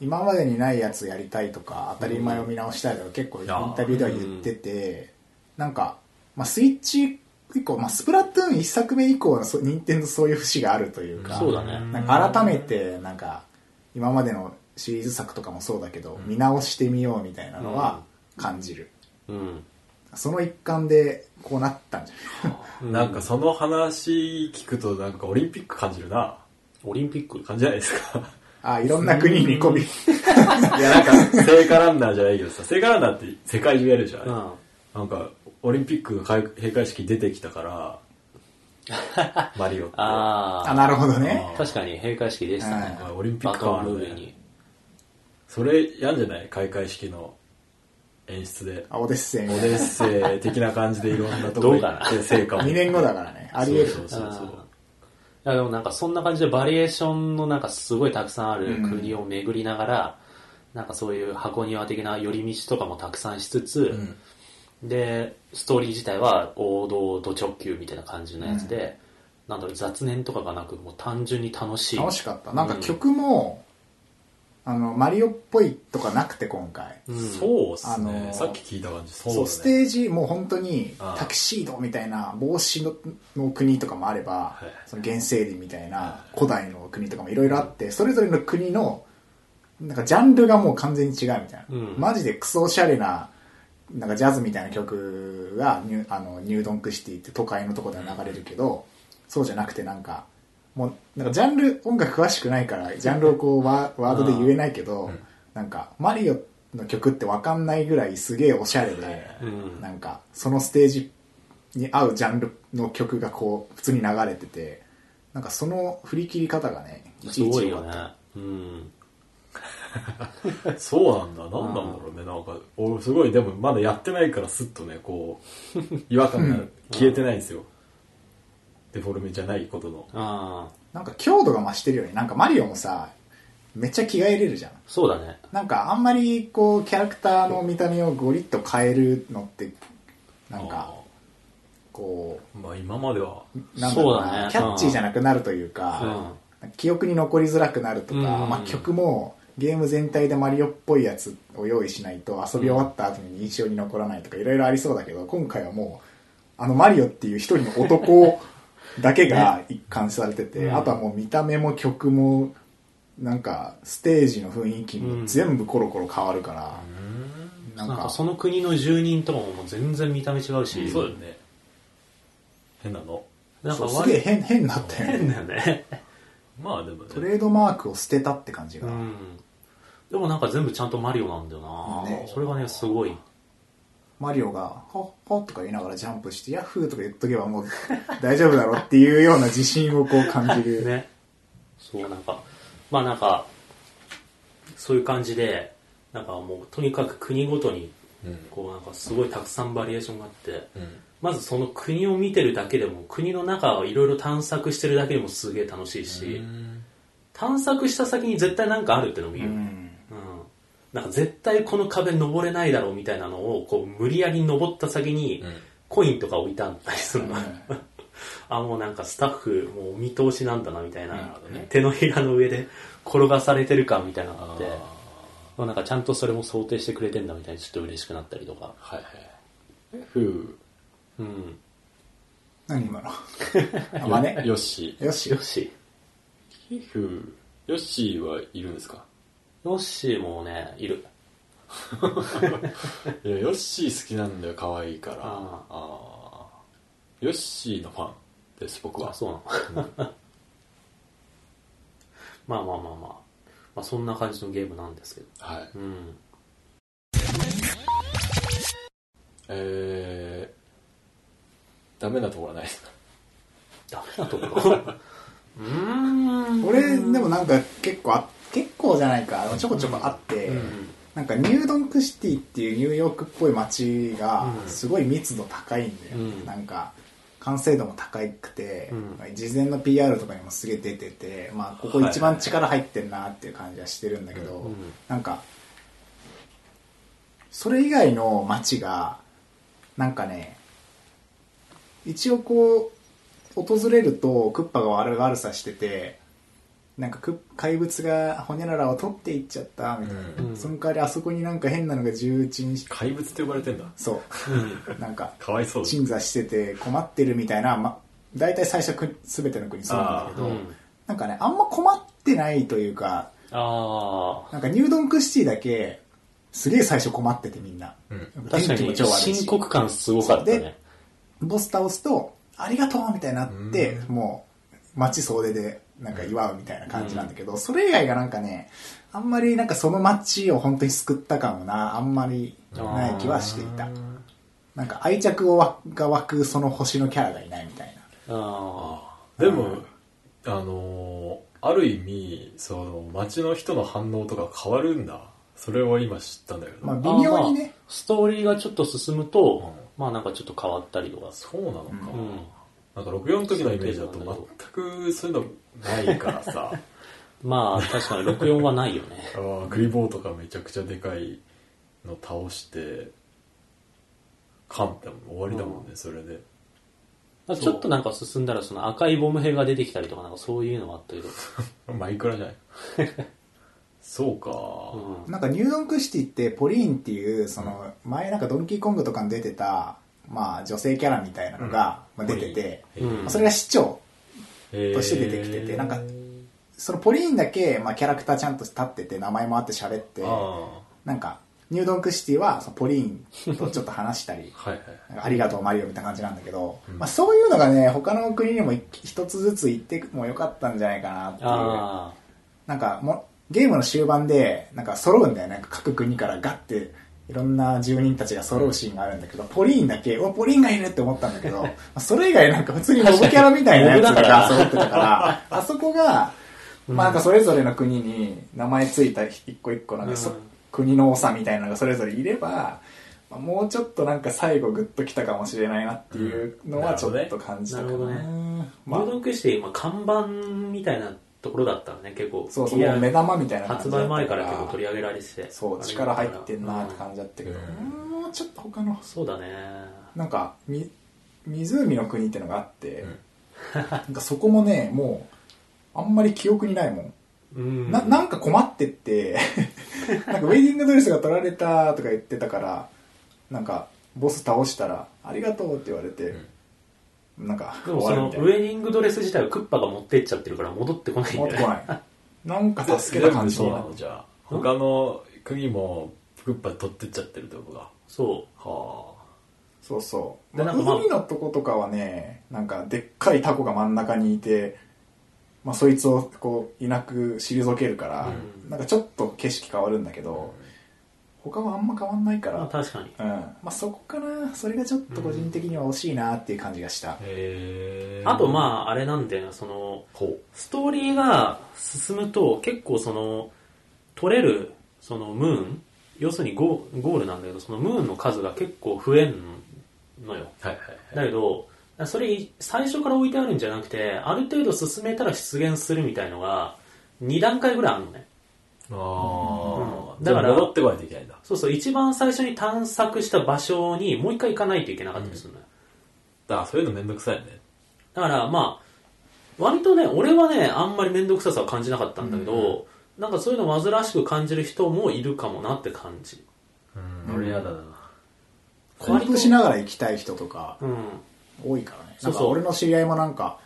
S2: 今までにないやつやりたいとか当たり前を見直したいとか結構インタビューでは言っててなんか、まあ、スイッチ以降、まあ、スプラトゥーン1作目以降のそ任天堂そういう節があるというか
S1: そうだね
S2: なんか改めてなんか今までのシリーズ作とかもそうだけど見直してみようみたいなのは感じる、
S1: うん
S2: その一環でこうなったんじゃない
S3: なんかその話聞くと、なんかオリンピック感じるな。
S1: オリンピック
S3: 感じないですか
S2: あいろんな国にこび
S3: いや、なんか、 聖火ランナーじゃないけどさ、聖火ランナーって世界中やるじゃん。
S1: うん
S3: なんか、オリンピックの開閉会式出てきたから、 マリオって。
S1: あ
S2: あ
S1: あ
S2: なるほどね
S1: 確かに閉会式でしたね
S2: うん
S3: まあオリンピッ
S1: バ
S3: ク
S1: ト
S3: 感あ
S1: ン
S3: る
S1: ルール
S3: ね
S1: に。
S3: それやんじゃない開会式の演出で。
S2: あオデッセイ
S3: オ
S2: みたいな
S3: デッセイ的な感じでいろんなとこ
S1: どう
S3: 行
S1: かな
S3: って成果も。
S2: 2年後だからねありえる
S3: そうそうそうそう。
S1: いやでもなんかそんな感じでバリエーションのなんかすごいたくさんある
S2: うん
S1: 国を巡りながら、なんかそういう箱庭的な寄り道とかもたくさんしつつ、で、ストーリー自体は王道ド直球みたいな感じのやつで、なんだろう、雑念とかがなく、もう単純に楽しい。
S2: 楽しかった。なんか曲も、あの、マリオっぽいとかなくて今回。
S1: うん
S3: そうっすね、
S2: あのー
S3: さっき聞いた感じそう
S2: そう
S3: だね
S2: ステージもう本当に
S3: ああ
S2: タキシードみたいな帽子のの国とかもあれば、
S3: はい
S2: その原生林みたいな古代の国とかもいろいろあってそれぞれの国のなんかジャンルがもう完全に違うみたいな、
S1: うん
S2: マジでクソおしゃれななんかジャズみたいな曲がニュあのニュードンクシティって都会のとこでは流れるけど、そうじゃなくてなんかもうなんかジャンル音楽詳しくないからジャンルをこ うワワードで言えないけど、なんかマリオの曲ってわかんないぐらいすげえおしゃれで、
S1: うん
S2: なんかそのステージに合うジャンルの曲がこう普通に流れててなんかその振り切り方がねい
S1: す
S2: ちい
S1: ご
S2: ち
S1: い
S2: 良
S1: よ
S2: かっ
S1: ね
S2: た。
S1: うん。
S3: そうなんだなんなんだろうねなんか俺すごいでもまだやってないからスッとねこう 違和感が消えてないんですよ、デフォルメじゃないことの
S1: ああ、
S2: なんか強度が増してるよねなんかマリオもさめっちゃ着替えれるじゃん
S1: そうだね。
S2: なんかあんまりこうキャラクターの見た目をゴリッと変えるのってなんかこ
S3: あーまあ今までは
S2: うなんだろう
S1: そうだ
S2: な
S1: ね
S2: キャッチーじゃなくなるというか記憶に残りづらくなるとか
S1: うん
S2: まあ曲もゲーム全体でマリオっぽいやつを用意しないと遊び終わった後に印象に残らないとかいろいろありそうだけど今回はもうあのマリオっていう一人の男だけ が一貫されてて、
S1: うん
S2: あとはもう見た目も曲もなんかステージの雰囲気も全部コロコロ変わるから、
S1: な
S2: なんん
S1: か
S2: か
S1: その国の住人とかももう全然見た目違うし、
S3: そうだよね変なの
S1: なんか
S2: そうすげえ変変なったよ
S1: 変
S2: ね
S1: だよね。
S3: まあでもね
S2: トレードマークを捨てたって感じ
S1: う
S2: が、
S1: ん。でもなんか全部ちゃんとマリオなんだよな。
S2: ね
S1: それがね、すごい。
S2: マリオが「ほっほ」とか言いながらジャンプして「ヤッフー」とか言っとけばもう大丈夫だろっていうような自信をこう感じ る、
S1: ね。そう、なんか、まあなんか、そういう感じで、なんかもうとにかく国ごとに、
S3: うん
S1: こうなんかすごいたくさんバリエーションがあって、
S3: うん
S1: まずその国を見てるだけでも、国の中をいろいろ探索してるだけでもすげえ楽しいし、探索した先に絶対なんかあるってのもいいよね。うんなんか絶対この壁登れないだろうみたいなのをこう無理やり登った先に
S3: うん
S1: コインとか置いてあったりするの、 あもうなんかスタッフもうお見通しなんだなみたいな
S3: なるほどね
S1: 手のひらの上で転がされてるかみたいなのがあって
S3: あ
S1: まあなんかちゃんとそれも想定してくれてんだみたいにちょっと嬉しくなったりとか、
S3: はいはいふう
S1: うん、
S2: 何 今のあまね
S3: よし
S2: よし
S1: よし
S3: ふうよしはいるんですか
S1: よしもねいる
S3: いやヨッシー好きなんだよ可愛いから
S1: あ
S3: ああヨッシーのファンです僕
S1: あ
S3: は
S1: そうなの まあまあまあまあまあそんな感じのゲームなんですけど
S3: はい
S1: うん
S3: えー、ダメなところはないですか
S1: ダメなところうーん
S2: 俺でもなんか結構あ結構じゃないかちょこちょこあって、
S1: うん
S2: なんかニュードンクシティっていうニューヨークっぽい街が
S1: うん
S2: すごい密度高いんだよ、
S1: うん
S2: なんか完成度も高くて、
S1: うん
S2: 事前の PR とかにもすげえ出てて、まあ、ここ一番力入ってんなっていう感じはしてるんだけど、
S1: うん
S2: なんかそれ以外の街がなんかね一応こう訪れるとクッパが悪悪さしててなんかク怪物がホニャララを取っていっちゃったみたいな、
S1: うん
S2: その代わりあそこになんか変なのが重鎮し
S3: 怪物って呼ばれてんだ
S2: そ
S1: うん
S2: うなん か
S3: かわいそうだ
S2: 鎮座してて困ってるみたいな、ま、大体最初く全ての国そうなんだけ
S1: う
S2: ど、
S1: ん
S2: なんかねあんま困ってないというか
S1: あ
S2: なんかニュードンクシティだけすげえ最初困っててみんな、
S3: うん
S1: あ確
S2: 天
S1: か
S2: 気も
S1: に
S2: 超悪
S1: 深
S2: いし
S1: 刻感すごかったね
S2: でボス倒すと「ありがとう」みたいになって、もう街総出でなんか祝うみたいな感じなんだけど、それ以外がなんかねあんまりなんかその街を本当に救った感はなあんまりない気はしていたなんか愛着をわが湧くその星のキャラがいないみたいな
S1: あ
S3: あーでもあのー、ある意味その街の人の反応とか変わるんだそれを今知ったんだけど、
S2: まあ
S1: あ
S2: 微妙に
S1: まあ
S2: ね
S1: ストーリーがちょっと進むと、まあなんかちょっと変わったりとか
S3: そうなのか、
S1: うん
S3: なんか64の時のイメージだと全くそういうのないから さ
S1: まあ確かに64はないよね
S3: あーグリボーとかめちゃくちゃでかいの倒して噛んだもん終わりだもんね、それで
S1: まあちょっとなんか進んだらその赤いボム兵が出てきたりとかなんかそういうのもあったけど。
S3: まあいくらじゃない そうか、
S1: うん。
S2: なんかニューヨークシティってポリーンっていうその前なんかドンキーコングとかに出てたまあ女性キャラみたいなのが、まあ、出てて、
S1: うん
S2: まあそれが市長
S3: えー
S2: として出てきててなんかそのポリーンだけ、まあ、キャラクターちゃんと立ってて名前もあって喋って
S3: ああ
S2: なんかニュードンクシティはそのポリーンとちょっと話したり
S3: はいはい
S2: なんかありがとうマリオみたいな感じなんだけど、
S3: うん
S2: まあ、そういうのがね他の国にも一一つずつ行ってもよかったんじゃないかなっていう
S1: ああ。
S2: なんかもゲームの終盤でなんか揃うんだよねなんか各国からガッていろんな住人たちが揃うシーンがあるんだけどポリーンだけ「おポリーンがいる!」って思ったんだ けどまあそれ以外なんか普通にモブキャラみたいなやつ
S1: 確か
S2: が
S1: に
S2: 揃ってたから あそこが、まあ、なんかそれぞれの国に名前ついた一個一個なんかそ、
S1: うん
S2: 国の多さみたいなのがそれぞれいれば、まあもうちょっとなんか最後グッときたかもしれないなっていうのはちょっと感じたかな,、
S1: うんなるほど
S2: まあ
S1: 入学して今看板みたいなところだったのね、結構。
S2: そうそう
S1: い
S2: も
S1: や
S2: う目玉みたいな感
S1: 発
S2: じだっ
S1: 売
S2: た
S1: 前から結構取り上げられてて。
S2: そう力入ってんなって感じだったけど、うんもうちょっと他の
S1: じ。そうだね。
S2: なんかみ湖の国ってのがあって、
S3: うん
S2: なんかそこもねもうあんまり記憶にないもん、
S1: うん。
S2: ななんか困ってって なんかウェディングドレスが取られたとか言ってたからなんかボス倒したら「ありがとう」って言われて、なんか
S1: でもそのウ
S2: 終わる
S1: ェディングドレス自体はクッパが持ってっちゃってるから戻ってこないん
S2: みた
S1: だ
S2: いな
S1: よ
S2: 持
S1: ね。
S2: ってこないなんか助け
S3: 全
S2: た
S3: 部
S2: 感じ
S3: そうな
S2: の
S3: のじゃあ他の国もクッパ取ってっちゃってるってことか
S1: そ
S3: は
S2: そうそう。
S1: で
S2: まあ
S1: なんかまあ
S2: 海のとことかはね、なんかでっかいタコが真ん中にいて、まあそいつをこういなく退けるから、
S1: うん
S2: なんかちょっと景色変わるんだけ
S3: あ
S2: ど、他はあんま変わんないか
S1: う。まあ
S2: ら、
S1: 確かに。
S2: うん。まあそこかな、それがちょっと個人的には惜しいなっていう感じがした。
S3: へー
S1: あとまあ、あれなんだよな、その、
S3: ほう
S1: ストーリーが進むと結構その取れるそのムーン要するにゴーゴールなんだけどそのムーンの数が結構増えんのよ
S3: はいはい
S1: だ
S3: はい
S1: けどそれ最初から置いてあるんじゃなくてある程度進めたら出現するみたいのが2段階ぐらいあるのね
S3: あ
S1: う
S3: あ
S1: んだから
S3: 戻ってこないといけないんだ
S1: そうそう一番最初に探索した場所にもう一回行かないといけなかったりするのよ、
S3: だからそういうのめんどくさいね
S1: だからまあ割とね俺はねあんまり面倒くささは感じなかったんだけど、なんかそういうの煩わしく感じる人もいるかもなって感じ
S3: うん俺やだな
S2: コンプしながら行きたい人とか
S1: うん
S2: 多いからね。
S1: そうそう
S2: なんか俺の知り合いもなんか、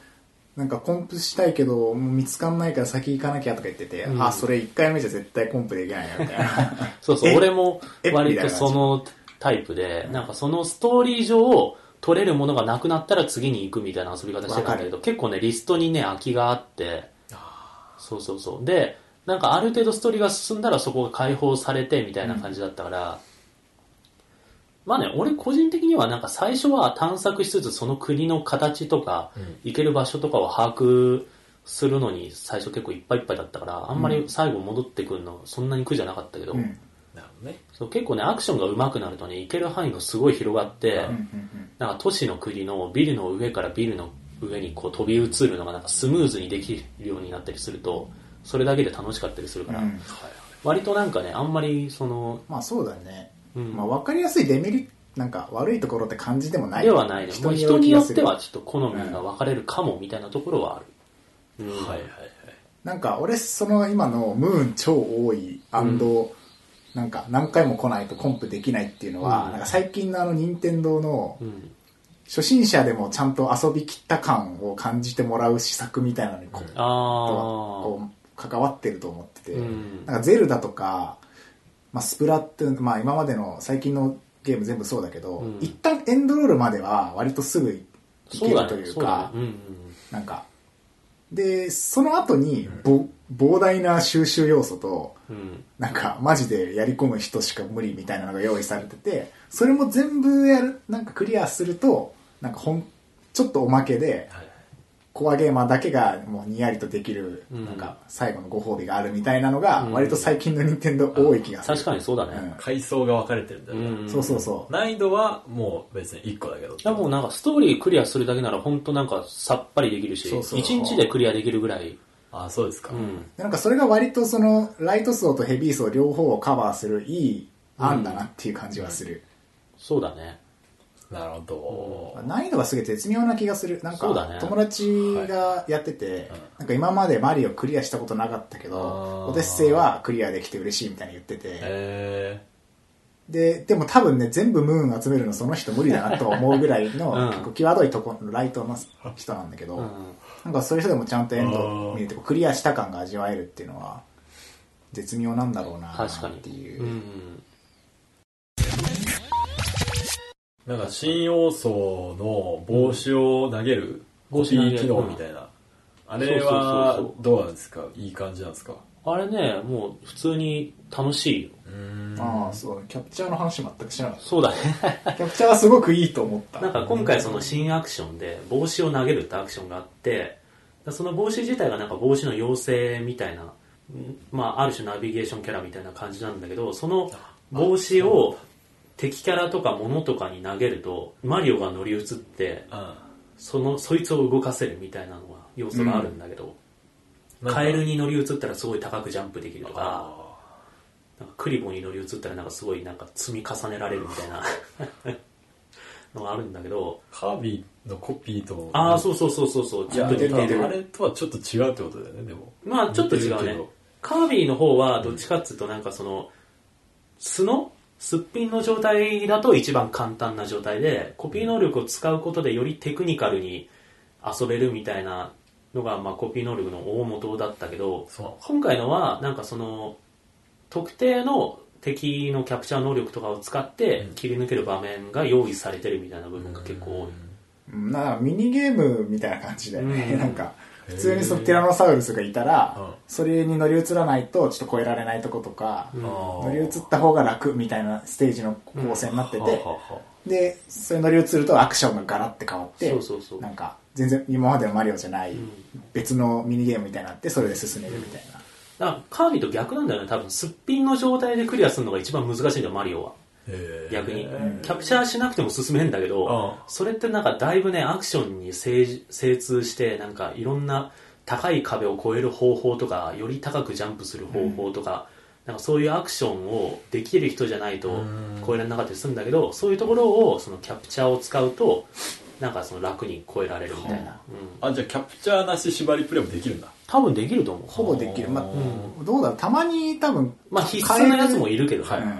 S2: なんかコンプしたいけど、もう見つかんないから先行かなきゃとか言ってて、
S1: うん
S2: あ、それ1回目じゃ絶対コンプできないなみたいな。
S1: そうそう
S2: え
S1: 俺も
S2: え
S1: 割とそのタイプでなんかそのストーリー上取れるものがなくなったら次に行くみたいな遊び方してたんだけど結構ねリストにね空きがあってそうそうそうでなんかある程度ストーリーが進んだらそこが解放されてみたいな感じだったから、まあね、俺個人的にはなんか最初は探索しつつその国の形とか、
S3: うん
S1: 行ける場所とかを把握するのに最初結構いっぱいいっぱいだったから、あんまり最後戻ってくるのそんなに苦じゃなかったけど、
S2: うん。うん
S3: なるほどね
S1: そう結構ね、アクションが上手くなるとね、行ける範囲がすごい広がって、
S2: う
S3: うん
S2: んうん。
S1: なんか都市の国のビルの上からビルの上にこう飛び移るのがなんかスムーズにできるようになったりすると、それだけで楽しかったりするから、
S2: うん
S3: はいはい
S1: 割となんかね、あんまりその、
S2: まあそうだね、
S1: うん
S2: まあ分かりやすいデメリットなんか悪いところって感じでもない
S1: ではないね。もう人
S2: る
S1: に
S2: 気
S1: よ
S2: が
S1: っ
S2: す
S1: て
S2: る
S1: はちょっと好みが分かれるかもみたいなところはある。うん
S3: はいはいはい
S2: なんか俺その今のムーン超多いアンドなんか何回も来ないとコンプできないっていうのは、
S1: うん
S2: なんか最近のあの任天堂の
S1: うん。
S2: 初心者でもちゃんと遊びきった感を感じてもらう施策みたいなのにこう
S1: あ
S2: こう関わってると思ってて、
S1: うん
S2: なんかゼルダとか、まあ、スプラトゥーン、まあ、今までの最近のゲーム全部そうだけど、
S1: うん
S2: 一旦エンドロールまでは割とすぐ
S1: あ。
S2: い
S1: そ
S2: け
S1: う
S2: る
S1: だ
S2: と
S1: ね。
S2: いう
S1: そうだ
S2: か
S1: ね。うんうん。
S2: なんかでその後にぼ膨大な収集要素と
S1: うん。
S2: なんかマジでやり込む人しか無理みたいなのが用意されててそれも全部やるなんかクリアするとなんかほんちょっとおまけで
S3: はいはい
S2: コアゲーマーだけがもうにやりとできる、
S1: うん
S2: なんか最後のご褒美があるみたいなのが
S1: うん
S2: 割と最近の任天堂多い気がする、
S1: 確かにそうだね。
S3: 階層が分かれてるんだ
S1: う
S3: よね
S1: ん。
S2: そうそう
S1: う。
S2: そう
S3: 難易度はもう別に1個だけ
S1: い
S3: ど
S1: やもうなんかストーリークリアするだけなら本当なんかさっぱりできるし、
S2: そうそう
S1: 一日でクリアできるぐらい。
S3: ああそうですか
S1: うん。
S2: でなんかそれが割とそのライト層とヘビー層両方をカバーするいい案だなっていう感じはする、
S1: そうだね。
S3: なるほど。
S2: 難易度がすげえ絶妙な気がする。なん
S1: そうだ
S2: か、
S1: ね
S2: 友達がやってて、なんか今までマリオクリアしたことなかったけ
S3: あ
S2: ど
S3: ー、
S2: オデッセイはクリアできて嬉しいみたいに言ってて、
S3: え
S2: で、でも多分ね、全部ムーン集めるのその人無理だなと思うぐらいの、
S1: うん
S2: 結構際どいとこのライトの人なんだけど、
S1: うん
S2: なんかそういう人でもちゃんとエンド見れて、こうクリアした感が味わえるっていうのは、絶妙なんだろうな
S1: 確かに
S2: っていう。
S1: うん
S3: ー、なんか新要素の帽子を投げる、
S1: 帽
S3: コ
S1: 子
S3: ピ
S1: 投げる
S3: ー機能みたいな。あれは
S1: そうそうそう、
S3: どうなんですかいい感じなんですか
S1: あれね、もう普通に楽しいよ。
S3: うーん。
S2: ああ、そう、キャプチャーの話全くしなかっ
S1: そうだね。
S2: た。キャプチャーはすごくいいと思っ た。
S1: なんか今回その新アクションで帽子を投げるってアクションがあって、その帽子自体がなんか帽子の妖精みたいな、んまあある種ナビゲーションキャラみたいな感じなんだけど、その帽子を敵キャラとか物とかに投げると、マリオが乗り移って、
S3: あ
S1: その、そいつを動かせるみたいなのが、要素があるんだけど、
S3: なんか
S1: カエルに乗り移ったらすごい高くジャンプできるとか、
S3: あ
S1: なんかクリボーに乗り移ったらなんかすごいなんか積み重ねられるみたい なのがあるんだけど、
S3: ーカービィのコピーと、
S1: ああ、そうそうそうそうそう、
S3: い
S1: ちょ
S3: や、
S1: っ
S3: で
S1: と似
S3: も
S1: てる
S3: あ。れとはちょっと違うってことだよね、でも。
S1: まあちょっと違う
S3: 似てる
S1: ね
S3: けど。
S1: カービィの方はどっちかっつうとなんかその、素のすっぴんの状態だと一番簡単な状態で、コピー能力を使うことでよりテクニカルに遊べるみたいなのが、まあコピー能力の大元だったけど、
S3: そうなの
S1: 今回のはなんかその特定の敵のキャプチャー能力とかを使って
S3: うん
S1: 切り抜ける場面が用意されてるみたいな部分が結構多い、
S2: うんなんかミニゲームみたいな感じだよね。
S1: うん
S2: なんか、
S3: へー
S2: 普通にそのティラノサウルスがいた
S3: う
S2: ら
S3: ん、
S2: それに乗り移らないとちょっと越えられないとことか、
S1: うん
S2: 乗り移った方が楽みたいなステージの構成になって
S3: は
S2: て
S3: は、は
S2: で、それ乗り移るとアクションがガラッて変わって
S1: そう、そうそう
S2: なんか全然今までのマリオじゃない
S1: ん
S2: 別のミニゲームみたいになって、それで進めるみたい
S1: だ
S2: な。
S1: からカービィと逆なんだよね多分すっぴんの状態でクリアするのが一番難しいんだよマリオは
S3: へー
S1: 逆に、キャプチャーしなくても進めんだけど、
S3: ああ
S1: それってなんかだいぶねアクションに精じ精通してなんかいろんな高い壁を越える方法とかより高くジャンプする方法とか、なんかそういうアクションをできる人じゃないと
S3: ん
S1: 越えられなかったりするんだけどそういうところをそのキャプチャーを使うとなんかその楽に越えられるみたいな、うん
S3: あ、じゃあキャプチャーなし縛りプレイもできるんだ。
S1: 多分できると思う
S2: ほぼできる。ま
S3: う
S2: あ、どうだろう。たまに多分、
S1: まあ必須なやつもいるけど、
S3: はい
S1: うん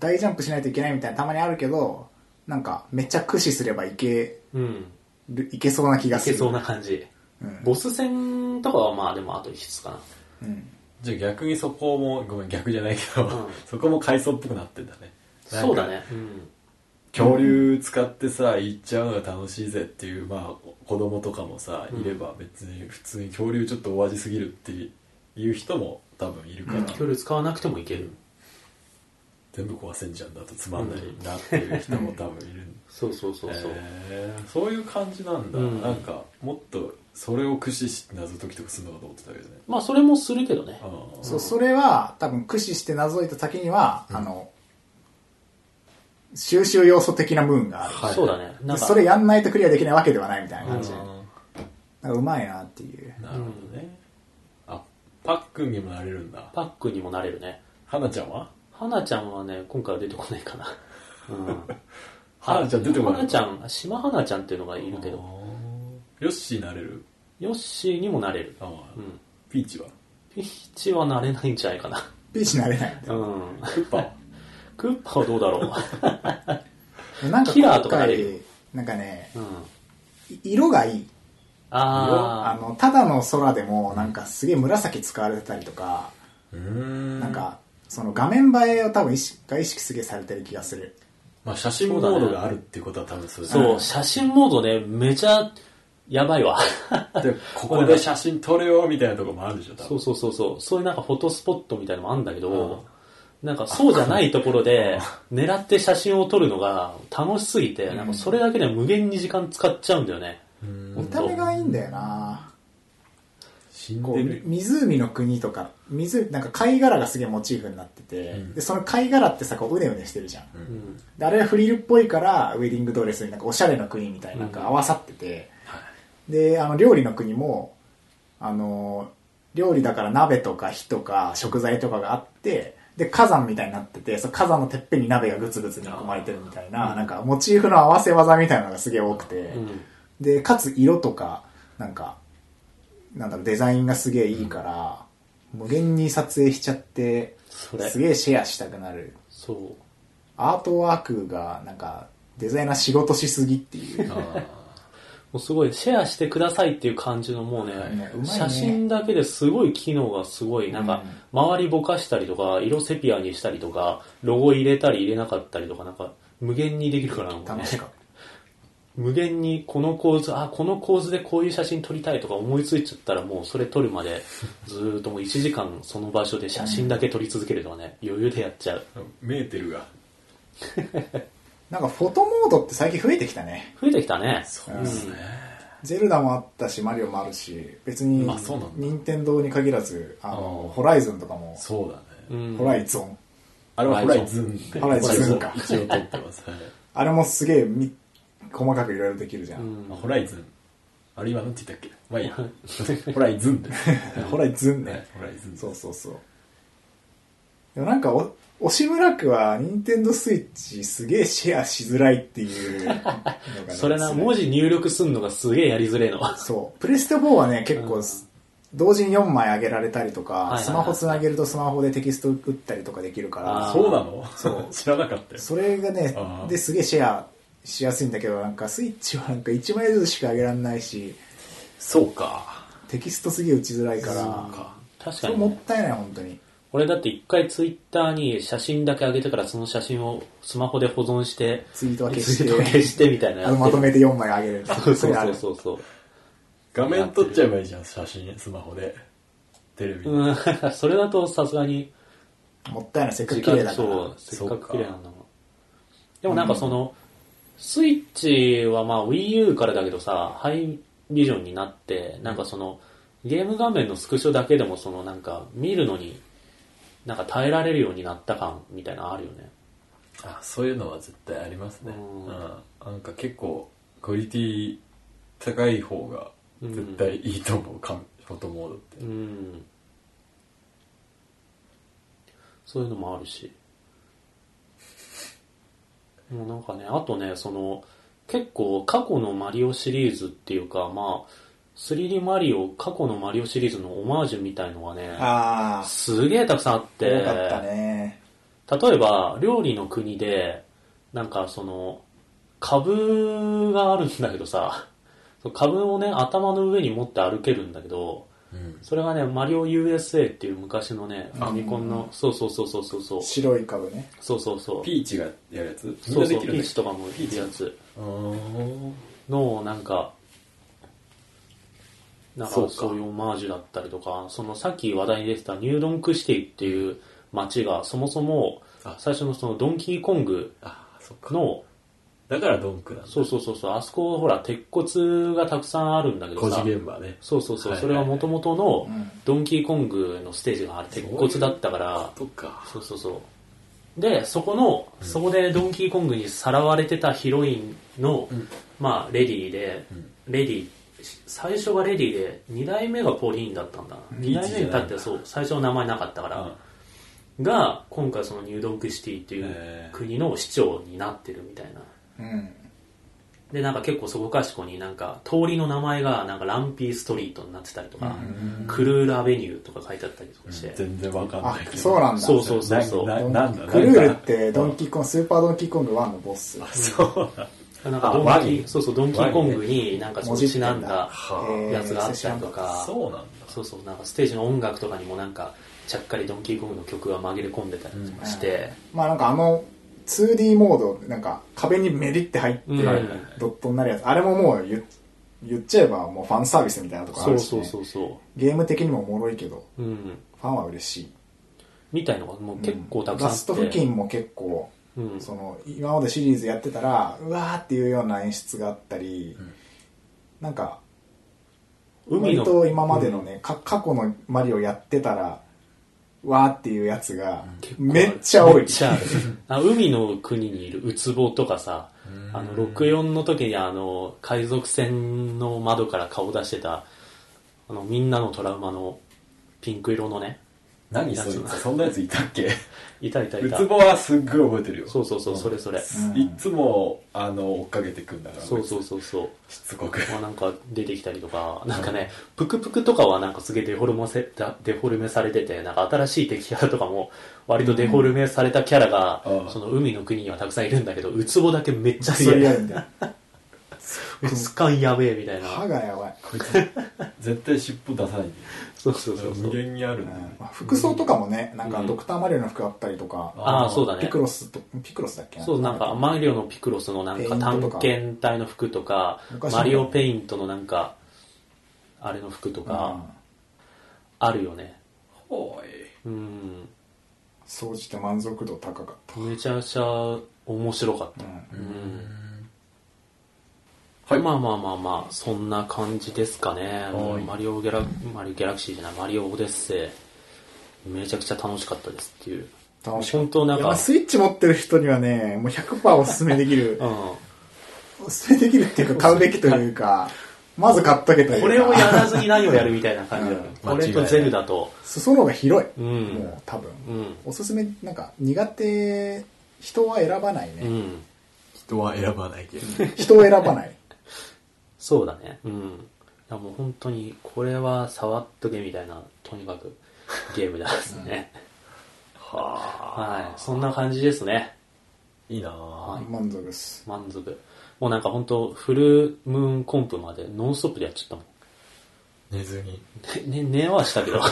S2: 大ジャンプしないといけないみたいなたまにあるけど、なんかめっちゃ駆使すればいけ
S1: うん、
S2: るいけそうな気が
S1: い
S2: す
S1: け
S2: る。
S1: そうな感じ、
S2: ん
S1: ボス戦とかはまあでもあと必須かな
S2: うん
S3: じゃあ逆にそこも、ごめん、逆じゃないけど、
S1: ん
S3: そこも階層っぽくなってんだね。なんか
S1: そうだ。ね、うん、
S3: 恐竜使ってさ、行っちゃうのが楽しいぜっていう、まあ、子供とかもさ、いれば別に普通に恐竜ちょっとお味すぎるっていう人も多分いるから、
S1: 距離使わなくてもいける、
S3: 全部壊せんじゃんだとつまんないなっていう人も多分いるん
S1: そうそう そうそう、
S3: へーそういう感じなんだ、
S1: うん
S3: なんかもっとそれを駆使して謎解きとかするのかと思ってたけどね
S1: まあそれもするけどね
S3: あー
S2: そう、それは多分駆使してなぞいた先には、あの、収集要素的なムーンがある。
S3: はい
S1: そうだねなんか
S2: それやんないとクリアできないわけではないみたいな感じ。
S3: あ
S2: なんかうまいなっていう。
S3: ーなるほどね、あパックンにもなれるんだ
S1: パックにもなれるね
S3: 花ちゃんは
S1: 花ちゃんはね今回は出てこないかな、うん、
S3: 花ちゃん出てこない
S1: 花ちゃん島花ちゃんっていうのがいるけ
S3: あ
S1: ど
S3: ーヨッシーなれる
S1: ヨッシーにもなれる
S3: あー、
S1: うん
S3: ピーチは
S1: ピーチはなれないんじゃないかな
S2: ピーチになれない。
S1: うん
S3: クッパは
S1: クッパはどうだろう
S2: なんか
S1: キラーと
S2: 今
S1: かなれ
S2: 回
S1: る、
S2: なんかね、
S1: うん
S2: い色がいい。あ
S1: あ
S2: の、ただの空でもなんかすげえ紫使われてたりとか、
S3: うーん
S2: なんか、その画面映えを多分意識、が意識すげえされてる気がする。
S3: まあ、写真モードがあるっていうことは多分それ
S1: あそう写真モードねめちゃやばいわ
S3: でここで写真撮れよみたいなとこもあるでしょ多
S1: そう
S3: 分
S1: そうそうそうそういうなんかフォトスポットみたいのもあるんだけど、なんかそうじゃないところ で狙って写真を撮るのが楽しすぎて、なんかそれだけで無限に時間使っちゃうんだよね、
S2: 見た目がいいんだよな
S3: 死ん
S2: こ
S3: でる
S2: う湖の国とか湖なんか貝殻がすげえモチーフになってて、
S3: うん
S2: でその貝殻ってさこううねうねしてるじゃん、
S1: うん
S2: であれはフリルっぽいからウェディングドレスになんかおしゃれの国みたいななん
S1: うん
S2: か合わさってて、であの料理の国もあの料理だから鍋とか火とか食材とかがあってで、火山みたいになってて、その火山のてっぺんに鍋がグツグツに囲まれてるみたいな、なんかモチーフの合わせ技みたいなのがすげえ多くて、で、かつ色とか、なんか、なんだろう、デザインがすげえいいから、無限に撮影しちゃって、
S1: それ
S2: すげえシェアしたくなる。
S1: そう。
S2: アートワークが、なんか、デザイナー仕事しすぎっていう。
S1: もうすごい、シェアしてくださいっていう感じのもうね、
S2: いねうまいね
S1: 写真だけですごい機能がすごい、なんか、周りぼかしたりとか、色セピアにしたりとか、ロゴ入れたり入れなかったりとか、なんか、無限にできるからなんかね
S2: 楽しかっ
S1: 無限にこの構図、あ、この構図でこういう写真撮りたいとか思いついちゃったらもうそれ撮るま でずーっともう1時間その場所で写真だけ撮り続けるとかね、余裕でやっちゃう。
S3: メーテルが
S2: た。なんか、フォトモードって最近増えてきたね。
S1: 増えてきたね。
S3: そうですね、
S2: ゼルダもあったし、マリオもあるし、別に
S3: まあそうなん、だ
S2: 任天堂に限らず、あの、
S3: あー
S2: ホライズンとかも、
S3: そうだね、
S1: うん
S2: ホライゾン。
S3: あれはホライズン
S2: ホライズンか
S3: 一応撮ってます、はい
S2: あれもすげえみ、細かくいろいろできるじゃん。
S3: まあホライズンあれ今なんて言ったっけまあいいや ホライズンで
S2: ホライズン
S3: ね
S2: ね。
S3: ホライズン
S2: そうそうそう。でもなんかお、押村区は、ニンテンドースイッチすげえシェアしづらいっていうのがね
S1: それな、文字入力すんのがすげえやりづれえの。
S2: そう。プレステ4はね、結構す、同時に4枚上げられたりと
S1: いはい
S2: か、
S1: はい
S2: スマホつなげるとスマホでテキスト打ったりとかできるから
S1: あ、
S3: そうなの
S2: そう
S3: 知らなかったよ
S2: それがね
S3: あ、ー
S2: ですげえシェアしやすいんだけど、なんかスイッチはなんか1枚ずつしか上げられないし、
S3: そうか
S2: テキストすげえ打ちづらいから、
S1: 確
S2: そ
S1: か
S2: れ
S1: に、
S2: も
S1: ね
S2: っ。たいない、本当に。
S1: 俺だって一回ツイッターに写真だけ上げてからその写真をスマホで保存して、
S2: ツイートは消し
S1: ツ
S2: て
S1: イートは消してみたいなや
S2: あ
S1: つ
S2: のまとめて4枚上げる。
S1: そうそう
S2: れあ
S1: そ
S2: る
S1: うそうそう。
S3: 画面撮っちゃえばいいじゃん写真スマホでテレビに、
S1: うん、 それだとさすがに、
S2: もったいない、せっかく
S1: 時
S2: 綺麗
S1: 間
S2: だか
S1: そう
S2: ら。
S1: せっかく綺麗なんだもんでもなんかその、スイッチはまあ WiiU からだけどさハイビジョンになってなんかそのゲーム画面のスクショだけでもそのなんか見るのになんか耐えられるようになった感みたいなのあるよね
S3: あそういうのは絶対ありますね、
S1: うん
S3: うん、なんか結構クオリティ高い方が絶対いいと思う、かん、フォトモードって、
S1: うんそういうのもあるしもうなんかねあとねその結構過去のマリオシリーズっていうかまあ 3D マリオ過去のマリオシリーズのオマージュみたいのがね
S2: ああ、
S1: すげえたくさんあって
S2: 多かったね。
S1: 例えば料理の国でなんかその株があるんだけどさ その株をね頭の上に持って歩けるんだけど
S3: うん
S1: それがね、マリオ USA っていう昔のね、ファミコンの、そうそうそうそうそうそう、
S2: 白い株ね。
S1: そうそうそう、
S3: ピーチがやるやつみん
S1: そ
S3: な
S1: う
S3: で
S1: そう、
S3: き
S1: ピ
S3: るん
S1: ー
S3: だ
S1: チとかもいいやつ
S3: あー
S1: の、なんか、なん
S3: そう
S1: か
S3: か
S1: そういうオマージュだったりとか、そのさっき話題に出てたニュードンクシティっていう街が、そもそも
S3: あ
S1: 最初のそのドンキーコング
S3: あそっか
S1: の、
S3: だからドンクなんだ
S1: そうそうそうそう、あそこほら、鉄骨がたくさんあるんだけ
S3: 工
S1: どさ、
S3: 事現場ね
S1: そうそうそう、
S3: はい
S1: そ
S3: はい
S1: れ
S3: は
S1: はいもともとの
S2: ん
S1: ドンキーコングのステージがあれ鉄骨だったから、
S3: そっか
S1: そうそうそうでそこの、そこでドンキーコングにさらわれてたヒロインの、
S3: ん
S1: まあレディーで、レディー最初がレディーで2代目がポリーンだったんだ2代目に立ってそう最初の名前なかったから、が今回そのニュードンクシティってい
S3: へ
S1: う
S3: ー
S1: 国の市長になってるみたいな
S2: うん。
S1: でなんか結構そこかしこになんか通りの名前がなんかランピーストリートになってたりとか、クルールアベニューとか書いてあったりとかして、
S3: 全然わかん
S2: あ
S3: ないけ、ど
S2: そうなんだ。
S1: そうそうそうそう
S3: なななんだ
S2: クルールっ
S3: な
S2: て
S3: んか
S2: ドンキーコング、スーパードンキーコング1のボス。へ
S3: そうなんだ
S1: なんか
S3: あ
S1: ドンキ
S3: ワ
S1: ー
S3: ニ
S1: そうそうドンキーコングになんかそのちなんだ
S2: ー
S1: やつがあったりとか
S3: そうなんだ
S1: そうそうなんかステージの音楽とかにもなんかちゃっかりドンキーコングの曲が紛れ込んでたりとかして、
S2: まあなんかあの 2D モード、なんか壁にメリって入って
S1: うん
S2: ドットになるやつ、あれももう言っ言っちゃえばもうファンサービスみたいなとこあ
S1: そ
S2: る
S1: う
S2: し、
S1: そう
S2: ね、
S1: そうそ
S2: ゲーム的にもおもろいけど、
S1: ううん
S2: ファンは嬉しい。
S1: みたいのがもう結構たくさん
S2: ラ
S1: あ
S2: スト
S1: って、う
S2: 付
S1: ん
S2: 近も結構、
S1: うん
S2: その今までシリーズやってたらうわーっていうような演出があったり、なんか
S1: 海
S2: 割
S1: の
S2: と今までのね、か過去のマリオやってたらわーっていうやつがめっちゃ多い、
S1: めっちゃある あ海の国にいるウツボとかさあの64の時にあの海賊船の窓から顔出してたあのみんなのトラウマのピンク色のね
S3: 何そいつそんなやついたっけ
S1: いたいたいうた
S3: つ。ぼはすっごい覚えてるよ
S1: そうそうそう、それそれ。
S2: うん
S3: いっつもあの追っかけてくんだから
S1: そうそうそうそう。
S3: しつこく
S1: まあなんか出てきたりとか、なんかね、ぷくぷくとかはなんかすげえデフォルメせだデフォルメされてて、なんか新しい敵キャラとかも、割とデフォルメされたキャラが、
S3: うん
S1: その海の国にはたくさんいるんだけど、ウツボだけめっちゃ
S2: それ
S1: 強
S2: や
S1: い。
S2: るんだよ。
S1: 質感やべえみたい
S2: 歯
S1: な。
S2: がやばい。
S3: こいつ 絶対尻尾出さないで
S1: そうそうそうそ
S3: 無
S1: う。
S3: 限にあるんだよね
S2: まあ服装とかもね、なんか
S1: うん
S2: ドクターマリオの服あったりとか、
S1: ああ、そうだ
S2: ピ
S1: ね
S2: ク。ロスと、ピクロスだっけ
S1: そう、なんか、マリオのピクロスのなんか探検隊の服とか
S2: ペイントと、か
S1: マリオペイントのなんか、あれの服とか、あるよね。
S3: おい
S1: うん。
S2: 掃除て満足度高かった。
S1: めちゃくちゃ面白かった。
S2: うん
S3: はい
S1: まあまあまあまあ、そんな感じですかね。
S3: はい
S1: マリオギャラ、マリオギャラクシーじゃない、マリオオデッセイ。めちゃくちゃ楽しかったですっていう。
S2: 楽しかっ
S1: 本当な
S2: た。
S1: ん
S2: いや
S1: か、
S2: スイッチ持ってる人にはね、もう100%おすすめできる
S1: う。ん。
S2: おすすめできるっていうか、買うべきというか、 まず買っとけというか。
S1: これをやらずに何をやるみたいな感じだよね。
S3: うん
S1: これとゼルダと、
S2: 裾野が広い。
S1: うん
S2: もう多分。
S1: うん。
S2: おすすめ、なんか、苦手、人は選ばないうね。
S1: ん。
S3: 人は選ばないけど
S2: 人を選ばない。
S1: そうだね。うん。いやもう本当に、これは触っとけみたいな、とにかくゲームですね。
S3: はあ
S1: はい。そんな感じですね。
S3: いいなあ
S1: はい
S2: 満足です。
S1: 満足。もうなんか本当フルムーンコンプまでノンストップでやっちゃったもん。
S3: 寝ずに
S1: ね、寝はしたけど。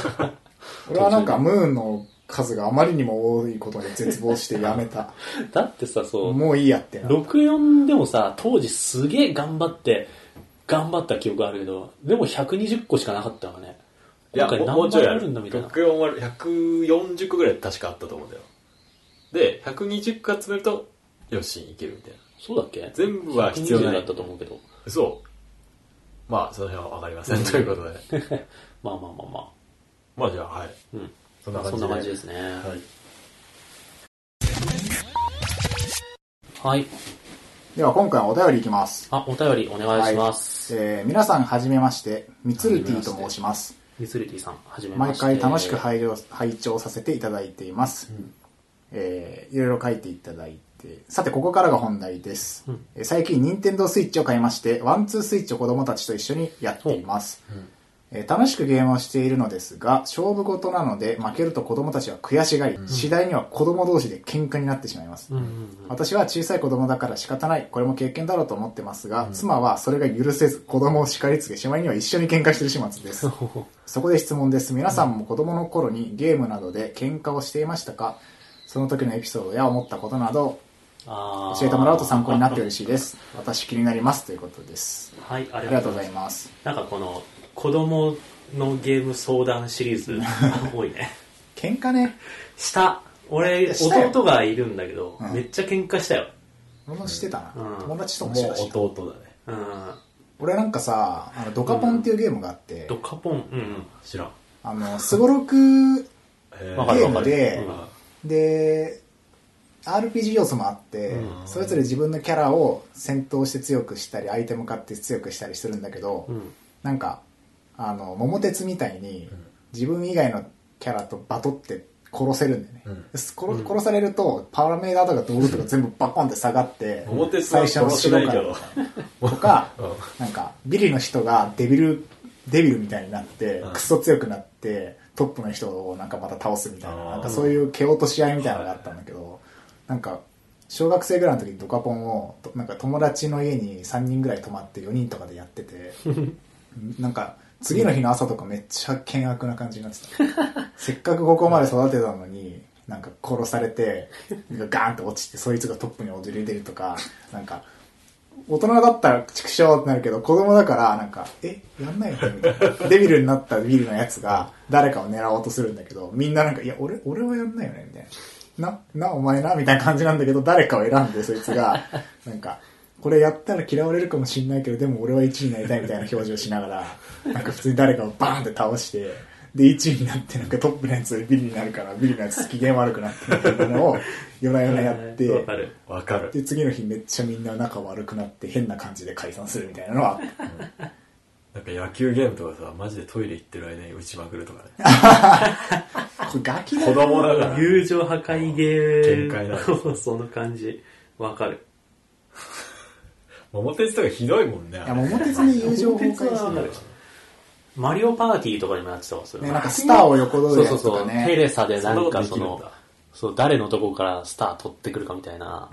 S2: 俺はなんか、ムーンの数があまりにも多いことに絶望してやめ た。
S1: だってさ、そう、
S2: もういいやってな。
S1: 64でもさ、当時すげえ頑張って、頑張った記憶あるけど、でも120個しかなかったわね。今回何倍あるんだみたいな。
S3: 64は140個ぐらい確かあったと思うんだよで120個集めるとよしいけるみたいな
S1: そうだっけ
S3: 全部は必要な
S1: 120
S3: い
S1: だったと思うけど。
S3: そうまあその辺は分かりませんということで
S1: まあまあまあまあ。
S3: まあじゃあはい
S1: うん。
S3: そん
S1: まあそんな感じですね。
S3: はい
S1: はい。
S2: では今回はお便りいきます。
S1: あ、お便りお願いします。
S2: えー皆さんはじめまして、ミツルティと申します。
S1: ミスルティさん、はじめま
S2: 毎
S1: して。
S2: 回楽しく拝聴拝聴させていただいています、えーいろいろ書いていただいてさてここからが本題です、えー最近任天堂スイッチを買いましてワンツースイッチを子供たちと一緒にやっています、えー楽しくゲームをしているのですが勝負事なので負けると子供たちは悔しがり、次第には子供同士で喧嘩になってしまいま
S1: う
S2: す、
S1: ん うん
S2: 私は小さい子供だから仕方ないこれも経験だろうと思ってますが、妻はそれが許せず子供を叱りつけしまいには一緒に喧嘩してる始末 です
S1: うん。
S2: そこで質問です。皆さんも子供の頃にゲームなどで喧嘩をしていましたかその時のエピソードや思ったことなど
S1: あー
S2: 教えてもらうと参考になって嬉しいです。私気になりますということです。
S1: はい、あ
S2: あ
S1: り
S2: り
S1: がと
S2: がと
S1: うご
S2: うご
S1: ざい
S2: ざい
S1: ま
S2: ます。
S1: す。なんかこの、子供のゲーム相談シリー ズ、多いね。
S2: 喧嘩ね、
S1: した。俺、
S2: したよ
S1: 弟がいるんだけど、
S2: うん
S1: めっちゃ喧嘩したよ。
S2: 俺もしてたな。
S1: うん
S2: 友達と
S3: も
S2: もしてたし
S3: う弟だね
S1: うん。
S2: 俺なんかさ、あのドカポンっていうゲームがあって、
S1: ドカポン、うん
S3: 知らん
S2: あの、すごろく
S3: え
S1: わかるわ
S2: かる
S3: ゲーム
S2: で、RPG 要素もあって、
S1: う
S2: それぞれ自分のキャラを戦闘して強くしたり、アイテム買って強くしたりするんだけど、
S1: うん。うん。
S2: なんかあの桃鉄みたいに自分以外のキャラとバトって殺せるんだよね、
S3: うん
S2: 殺殺されるとパラメーターとかドールとか全部バコンって下がって
S3: 表さん殺しないけど
S2: とか
S3: うん
S2: なんかビリの人がデビルデビルみたいになって、
S3: うん
S2: クソ強くなってトップの人をなんかまた倒すみたいな
S3: あー
S2: なんかそういう蹴落とし合いみたいなのがあったんだけど、なんか小学生ぐらいの時にドカポンをとなんか友達の家に3人ぐらい泊まって4人とかでやって てなんか次の日の朝とかめっちゃ険悪な感じになって たせっかくここまで育てたのになんか殺されてなんかガーンって落ちてそいつがトップに躍り出るとかなんか大人だったら畜生ってなるけど、子供だから、なんか、え、やんないのみたいな。デビルになったビルのやつが、誰かを狙おうとするんだけど、みんななんか、いや、俺、俺はやんないよねみたいな。な、な、お前なみたいな感じなんだけど、誰かを選んで、そいつが、なんか、これやったら嫌われるかもしんないけど、でも俺は1位になりたいみたいな表情しながら、なんか普通に誰かをバーンって倒して、で、1位になって、なんかトップのやつよりビリになるから、ビリのやつ機嫌悪くなってみたいなのを、夜な夜なやって、
S1: わかる。
S3: わか る
S2: で次の日めっちゃみんな仲悪くなって変な感じで解散するみたいなのはあった
S3: なんか野球ゲームとかさ、マジでトイレ行ってる間に打ちまくるとかね。
S2: これガキだ
S3: 子供だか ら。
S1: 友情破壊ゲー
S3: 限界だ
S1: その感じ。わかる。
S3: 桃鉄とかひどいもんね。あ
S2: い
S3: れ
S2: や、桃鉄に友情崩壊 してる。
S1: マリオパーティーとかでもやってたわ、それは
S2: ね、なんかスターを横取
S1: そ
S2: る
S1: う
S2: や
S1: そう
S2: つと
S1: そ
S2: か
S1: う、
S2: ね。
S1: テレサでなんか
S3: そ
S1: そ
S3: んなことできるん
S1: の
S3: だ、
S1: そう、誰のとこからスター取ってくるかみたいな。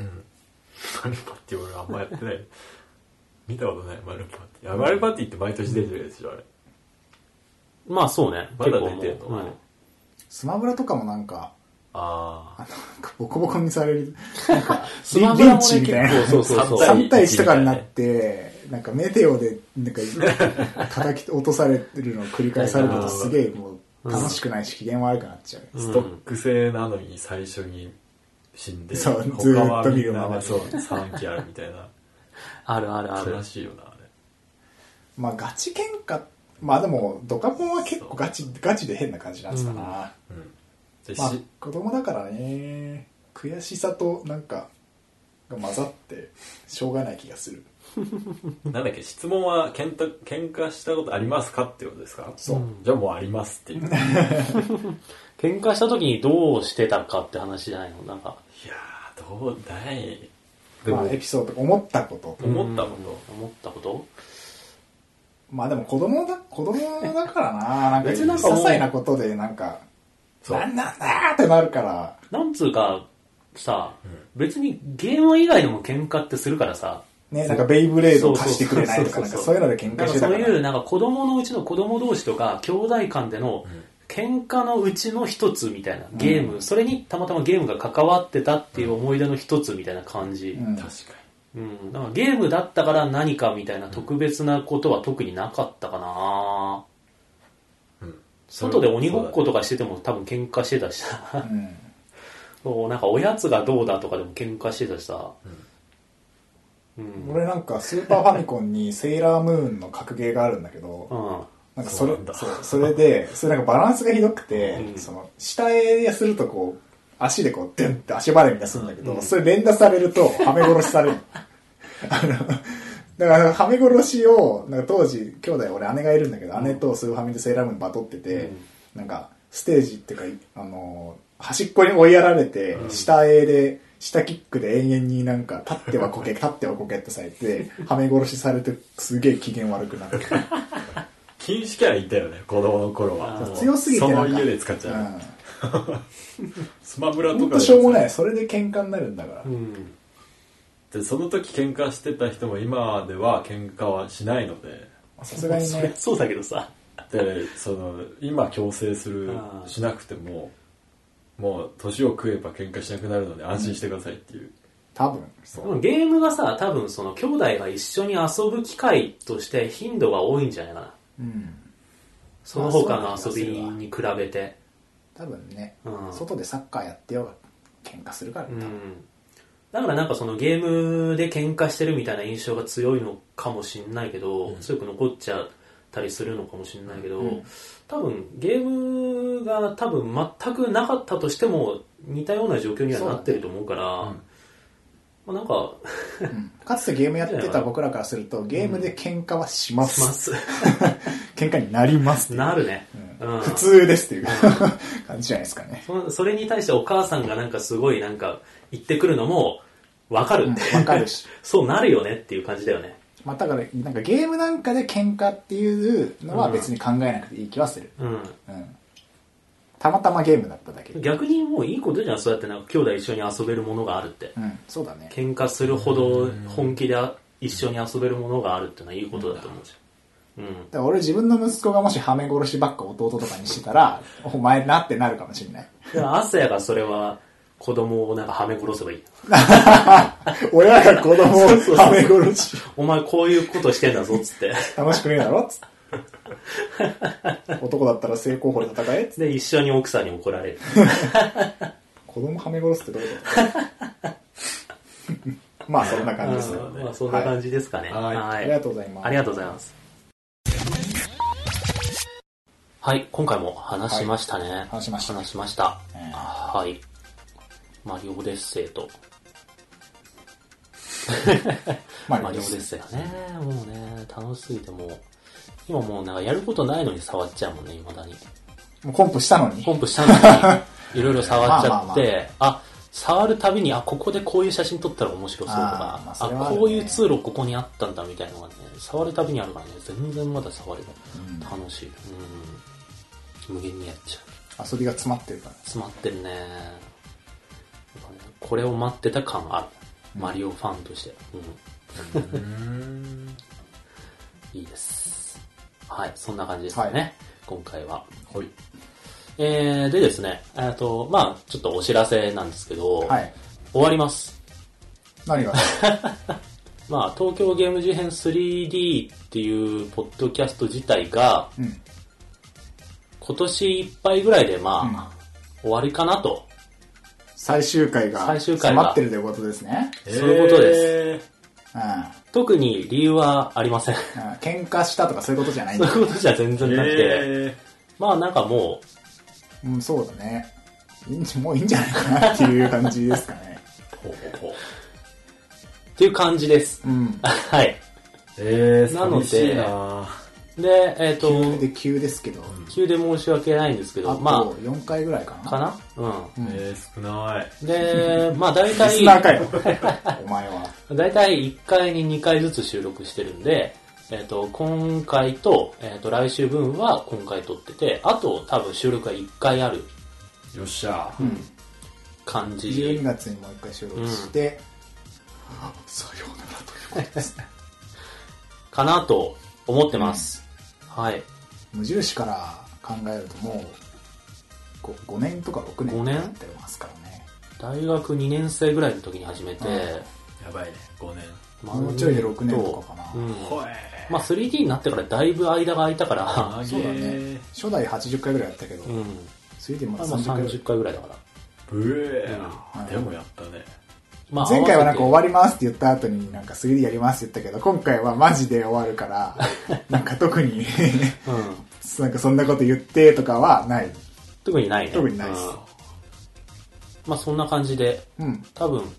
S3: マルパッティ俺あんまやってない。見たことない、マルパッティ。あマルパッティって毎年出てるやつでしょ、あれ。
S1: まあそうね。
S3: まだ
S1: 結構もう
S3: 出てんの
S1: うん
S2: スマブラとかもなんか、
S3: あ
S2: あ
S3: あ。
S2: のなんかボコボコにさ れる。なんか、
S1: ス
S2: リ
S1: マブラ
S2: ン
S1: もね、
S2: チみ
S1: 結
S2: たい
S1: 構、
S2: な。
S1: そうそうそう。
S3: 三
S2: 3対1とかになって、なんかメテオで、なんか、叩き落とされるのを繰り返されるとすげえもう楽しくないし機嫌悪くなっちゃう。
S1: ん
S3: ストック製なのに最初に死んで、
S2: そう
S3: 他は
S2: ずーっと
S3: み
S2: 見
S3: ん
S2: る
S3: な
S2: まま
S3: そう、3期あるみたいな。
S1: あるあるある
S3: 悲。しいよな、あれ。
S2: まあガチ喧嘩、まあでも、ドカポンは結構ガチ、ガチで変な感じなんですかな。
S3: で
S2: まあ
S3: し
S2: 子供だからね、悔しさとなんか、が混ざって、しょうがない気がする。
S3: なんだっけ、質問は喧嘩喧嘩したことありますかってことですか
S2: そう
S3: じゃあもうありますってい う。いや
S1: 喧嘩した時にどうしてたかって話じゃないのなんか、
S3: ー、どうだい。で
S2: ま
S3: も
S2: あ、エピソード、思ったこと。
S3: 思ったこと。
S1: 思ったこと
S2: まあでも子供だ、子供だか らな、なんか、
S1: 別
S2: 些
S1: になんかもう
S2: 細なことでなんか、
S3: そう
S2: なんなんだーってなるから、
S1: なんつうか、さ、別にゲーム以外でも喧嘩ってするからさ、
S2: ね、なんかベイブレードを貸してくれないと
S1: そ
S2: か、
S1: う
S2: なん
S1: そ
S2: か
S1: う
S2: そ
S1: そうう
S2: いうので喧
S1: な
S2: 嘩
S1: んか
S2: してた
S1: そ
S2: か
S1: う
S2: ら。
S1: いう、なんか子供のうちの子供同士とか、兄弟間での喧嘩のうちの一つみたいな、ゲーム、それにたまたまゲームが関わってたっていう思い出の一つみたいな感じ
S2: う。ん
S3: 確か
S1: うん。なんかゲームだったから何かみたいな特別なことは特になかったかな
S3: に。うん。
S1: 外で鬼ごっことかしてても多分喧嘩してた しさ。
S2: うん
S1: そう、なんかおやつがどうだとかでも喧嘩してたしさ。うん。
S2: 俺なんかスーパーファミコンにセーラームーンの格ゲーがあるんだけど、
S1: うん。
S2: なんかそれ、
S3: そうなんだ
S2: そうそれで、それなんかバランスがひどくて、
S1: うん
S2: その、下絵するとこう、足でこう、ドゥンって足バレみたいなするんだけど、
S1: うん
S2: それ連打されると、はめ殺しされる。あの、だから、はめ殺しを、なんか当時、兄弟、俺姉がいるんだけど、姉とスーファミでセーラームーンバトってて、なんか、ステージっていうか、あのー端っこに追いやられて、下絵で、下キックで永遠になんか、立ってはこけ、立ってはこけってされて、はめ殺しされて、すげえ機嫌悪くなって。
S3: 禁止キャラいたよね、子供の頃は。もう
S2: 強すぎて
S3: そ
S2: なん
S3: の
S2: か
S3: 家で使っちゃう。
S2: うん
S3: スマブラとか
S2: 本
S3: で
S2: 当しょうもない。それで喧嘩になるんだから
S1: う。ん。
S3: でその時喧嘩してた人も今では喧嘩はしないので
S2: さすがに
S1: そりゃ
S2: ね。
S1: そうだけどさ。
S3: でその今強制する
S1: あー
S3: しなくてももう年を食えば喧嘩しなくなるので安心してくださいっていう、
S2: 多分。そ
S1: で
S2: う。
S1: もゲームがさ、多分その兄弟が一緒に遊ぶ機会として頻度が多いんじゃないかな。
S2: うん。
S1: その他の遊びに比べて。
S2: 多分ね
S1: う。ん
S2: 外でサッカーやってようが喧嘩するから
S1: う
S2: ね。多分
S1: ん。だからなんかそのゲームで喧嘩してるみたいな印象が強いのかもしんないけど、強く残っちゃったりするのかもしんないけど、多分ゲームが多分全くなかったとしても似たような状況にはなってると思うから、まあ、なん か、
S2: うんかつてゲームやってた僕らからすると、ゲームで喧嘩はしま。
S1: ますす。
S2: 喧嘩になりますっていう。
S1: なるね。うん
S2: 普通ですっていう 感じじゃないですかね。
S1: そそれに対してお母さんがなんかすごいなんか言ってくるのもわかるって、
S2: うんわかるし
S1: そうなるよねっていう感じだよね
S2: まあだから、なんかゲームなんかで喧嘩っていうのは別に考えなくていい気はする。
S1: うん
S2: うん。たまたまゲームだっただけ。う
S1: 逆にもういいことじゃんそうやってなんか兄弟一緒に遊べるものがあるって、
S2: ん。そうだね。
S1: 喧嘩するほど本気で一緒に遊べるものがあるってのはいいことだと思うしうん、
S2: だから俺自分の息子がもしハメ殺しばっか弟とかにしてたら、 お前なってなるかもしれない。
S1: でアスヤがそれは子供をなんかはめ殺せばいい
S2: 親が子供をハメ殺し、
S1: お前こういうことしてんだぞっつって
S2: 楽しくねえだろっつって。 男だったら正攻法で戦えっつって
S1: で一緒に奥さんに怒られる
S2: 子供ハメ殺すってどういうことだ まあそんな感じですね。
S1: うんまあ、そんな感じですかね
S3: はい
S2: ありがとうございます。
S1: ありがとうございます。はい、今回も話しましたね。
S2: 話しました
S1: 話しました。
S2: えー
S1: はい。マリオデッセイと。
S2: まあ
S1: マリオデッ
S2: です。
S1: セイがね、もうね、楽しすぎてもう、今もうなんかやることないのに触っちゃうもんね、未だに。
S2: もうコンプしたのに。
S1: コンプしたのに、いろいろ触っちゃって、
S2: まあまあま
S1: あ触るたびに、あ、ここでこういう写真撮ったら面白そうとか、
S2: あ
S1: あ,、
S2: ーまあそれはあるね
S1: こういう通路ここにあったんだみたいなのがね、触るたびにあるからね、全然まだ触れない。
S2: うん
S1: 楽しい。うん。無限にやっちゃう。
S2: 遊びが詰まってるから。
S1: 詰まってるね。やっぱねこれを待ってた感ある。マリオファンとして。 うん。いいです。はい、そんな感じですかね。
S2: は
S1: 今回は。
S3: はい。
S1: えー、でですね、えっと、まあちょっとお知らせなんですけど、
S2: はい。
S1: 終わります。
S2: 何 が
S1: まあ東京ゲーム事変 3D っていうポッドキャスト自体が、
S2: うん。
S1: 今年いっぱいぐらいでまあ、
S2: うん
S1: 終わりかなと。
S2: 最終回が
S1: 最終回が
S2: 迫ってるということですね。
S1: そういうこと
S3: で
S2: うん。う
S1: 特に理由はありません。
S2: ん喧嘩したとかそういうことじゃないん
S1: そう
S2: だ。
S1: いうことじゃ全然なくて、
S3: え
S1: まあなんかもう、
S2: うん、そうだね。いいんじゃもういいんじゃないかなっていう感じです かね。
S3: ー、ほうほうほう
S1: っていう感じです。
S2: うん。
S1: はい。
S3: えー、
S1: なので
S3: 寂しいな
S1: で、えっ、
S2: 急
S1: と、
S2: で急ですけど、
S1: 急で申し訳ないんですけ
S2: あ
S1: ど、
S2: と
S1: ま
S2: 4回ぐらいか
S1: あ、
S2: な。
S1: かなう
S2: うん
S3: えー、少ない。
S1: ん。で、まあ大体、
S2: リスナーか よ。お前は。
S1: 大体1回に2回ずつ収録してるんで、えっ、と、今回と、えっ、と、来週分は今回撮ってて、あと多分収録が1回ある
S3: よっしゃ。
S1: 感じ
S2: 12
S1: で、
S2: 月にもう一回収録して、さようならということですね。
S1: かなと思ってます。はい。
S2: 無印から考えるともう、こう5年とか6年
S1: 五年
S2: になってますからね。
S1: 大学2年生ぐらいの時に始めて、
S3: やばいね、5年。
S1: まあ
S2: もうちょいで6年とかかな。
S1: うん。
S3: ほえ
S1: まあ 3D になってからだいぶ間が空いたから、
S3: ー。
S2: そうだね。初代80回ぐらいやったけど、
S1: うん。
S2: それで
S1: ま
S2: また
S1: あまあ
S2: 30回ぐらい
S1: 30。回ぐらいだから。
S3: ブエー、
S2: うん
S3: でもやったね。
S1: まあ、
S2: 前回はなんか終
S1: 合わ
S2: わりますって言った後になんか 3D やりますって言ったけど、今回はマジで終わる から、なんか特に、
S1: せてうん。
S2: なんかそんなこと言ってとかはない。
S1: 特にないね。
S2: 特にないっす
S1: うんまあそんな感じで、
S2: うん。
S1: 多分、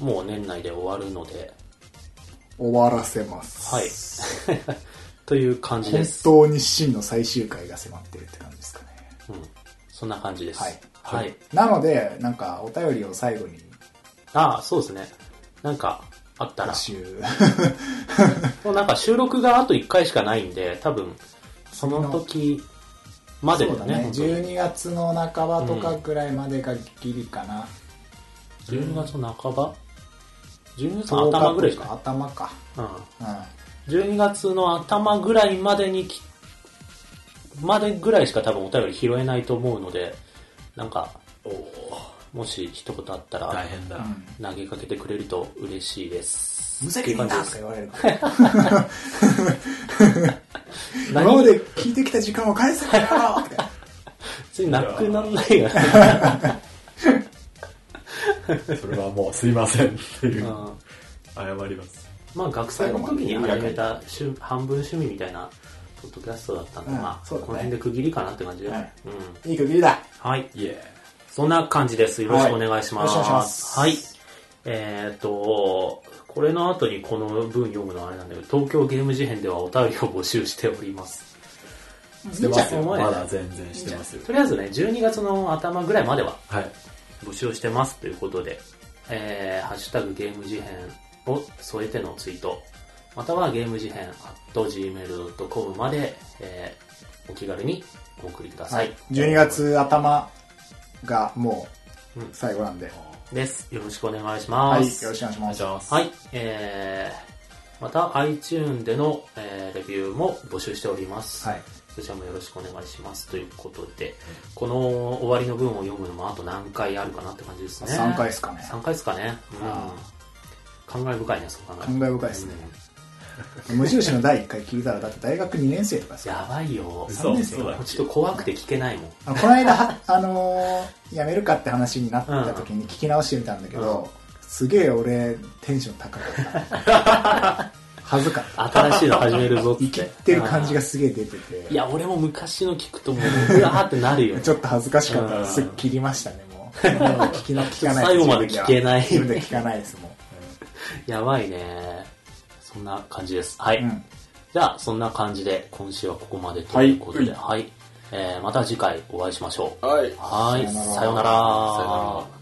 S1: もう年内で終わるので、
S2: 終わらせます。
S1: はい。 という感じで
S2: 本
S1: す。
S2: 当に真の最終回が迫ってるって感じですかね。
S1: うん。そんな感じです。
S2: はい。
S1: はい。
S2: なので、なんかお便りを最後に
S1: ああ、そうですね。なんか、あったら
S2: 募。集。
S1: もうなんか収録があと1回しかないんで、多分、その時までだ
S2: そ
S1: よ
S2: うだ
S1: ね。
S2: ね。
S1: 本当に
S2: 12月の半ばとかくらいまでがギリかな。
S1: 12月の半ば ?12 月の
S2: 10日と
S1: 頭ぐらいしか。
S2: 頭か。
S1: うん。
S2: うん。
S1: 12月の頭ぐらいまでにき、までぐらいしか多分お便り拾えないと思うので、なんか、
S3: おー、
S1: もし一言あったら
S3: 大、変だ。
S2: うん
S1: 投げかけてくれると嬉しいです。
S2: 無責任だ
S1: っ
S2: とか
S1: ていう
S2: 言われるから。
S1: 感じです
S2: 今まで聞いてきた時間を返せから
S1: 別になくなんない よね。
S3: それはもうすいませんっていうう、
S1: ん
S3: 謝ります。
S1: まあ学祭の時に始めた趣半分趣味みたいなポッドキャストだったんで、
S2: うん
S1: まあ、
S2: そうだね
S1: この辺で区切りかなって感じで。
S2: は
S1: はいい、うん。
S2: いい区切りだ。
S1: はい。
S3: イエ
S1: そんな感じです。よろしくお願いしま。
S2: はいよろしくお願いしますす
S1: はい。えーっと、これの後にこの文読むのはあれなんだけど、東京ゲーム事変ではお便りを募集しております。
S3: ー。してますよ。
S1: いいじゃん
S3: まだ全然してますよ。
S1: とりあえずね、12月の頭ぐらいまでは
S3: はい。
S1: 募集してますということで、えー、ハッシュタグゲーム事変を添えてのツイート、またはゲーム事変 gmail.com まで、えー、お気軽にお送りください。
S2: 12月頭がもう
S1: うん
S2: 最後なんで。
S1: です。よろしくお願いし
S2: は
S1: ま
S2: い。
S1: す。
S2: よろしくお願いし
S3: お願
S2: ま
S3: いし
S2: す。
S3: ます。
S1: はい、えー、また iTune での、えーレビューも募集しております。
S2: はい。
S1: そちらもよろしくお願いしますということで、この終わりの文を読むのもあと何回あるかなって感じですね。
S2: 3回ですかね。
S1: 3回ですかね。
S2: あ
S1: うん。感慨深いね、そう考え
S2: 感
S1: る
S2: 慨深いですね。無印の第1回聞いたら、だって大学2年生とか
S1: と。
S2: さ。
S1: やばいよ。
S3: 嘘
S1: 3年生
S3: そうだっけ
S1: ちょっと怖くて聞けないもん。
S2: あのこの間 は、あのー、やめるかって話になった時に聞き直してみたんだけど、すげえ俺、テンション高かった。 恥ずかった。
S1: 新しいの始めるぞって。生
S2: 言ってる感じがすげえ出てて。
S1: いや、俺も昔の聞くともう、うわーってなるよね。
S2: ちょっと恥ずかしかった
S1: うん
S2: すっ切りましたね、も う。聞きな、聞かない
S1: 最後まで聞けない
S2: 自分では自分で聞かないです、も
S1: やばいね。そんな感じです。はい。
S2: う。うん。
S1: じゃあ、そんな感じで、今週はここまでということで、はい。えーまた次回お会いしましょう。
S3: はい
S1: はい、さ
S2: さよなら
S1: ようなら。
S3: さよなら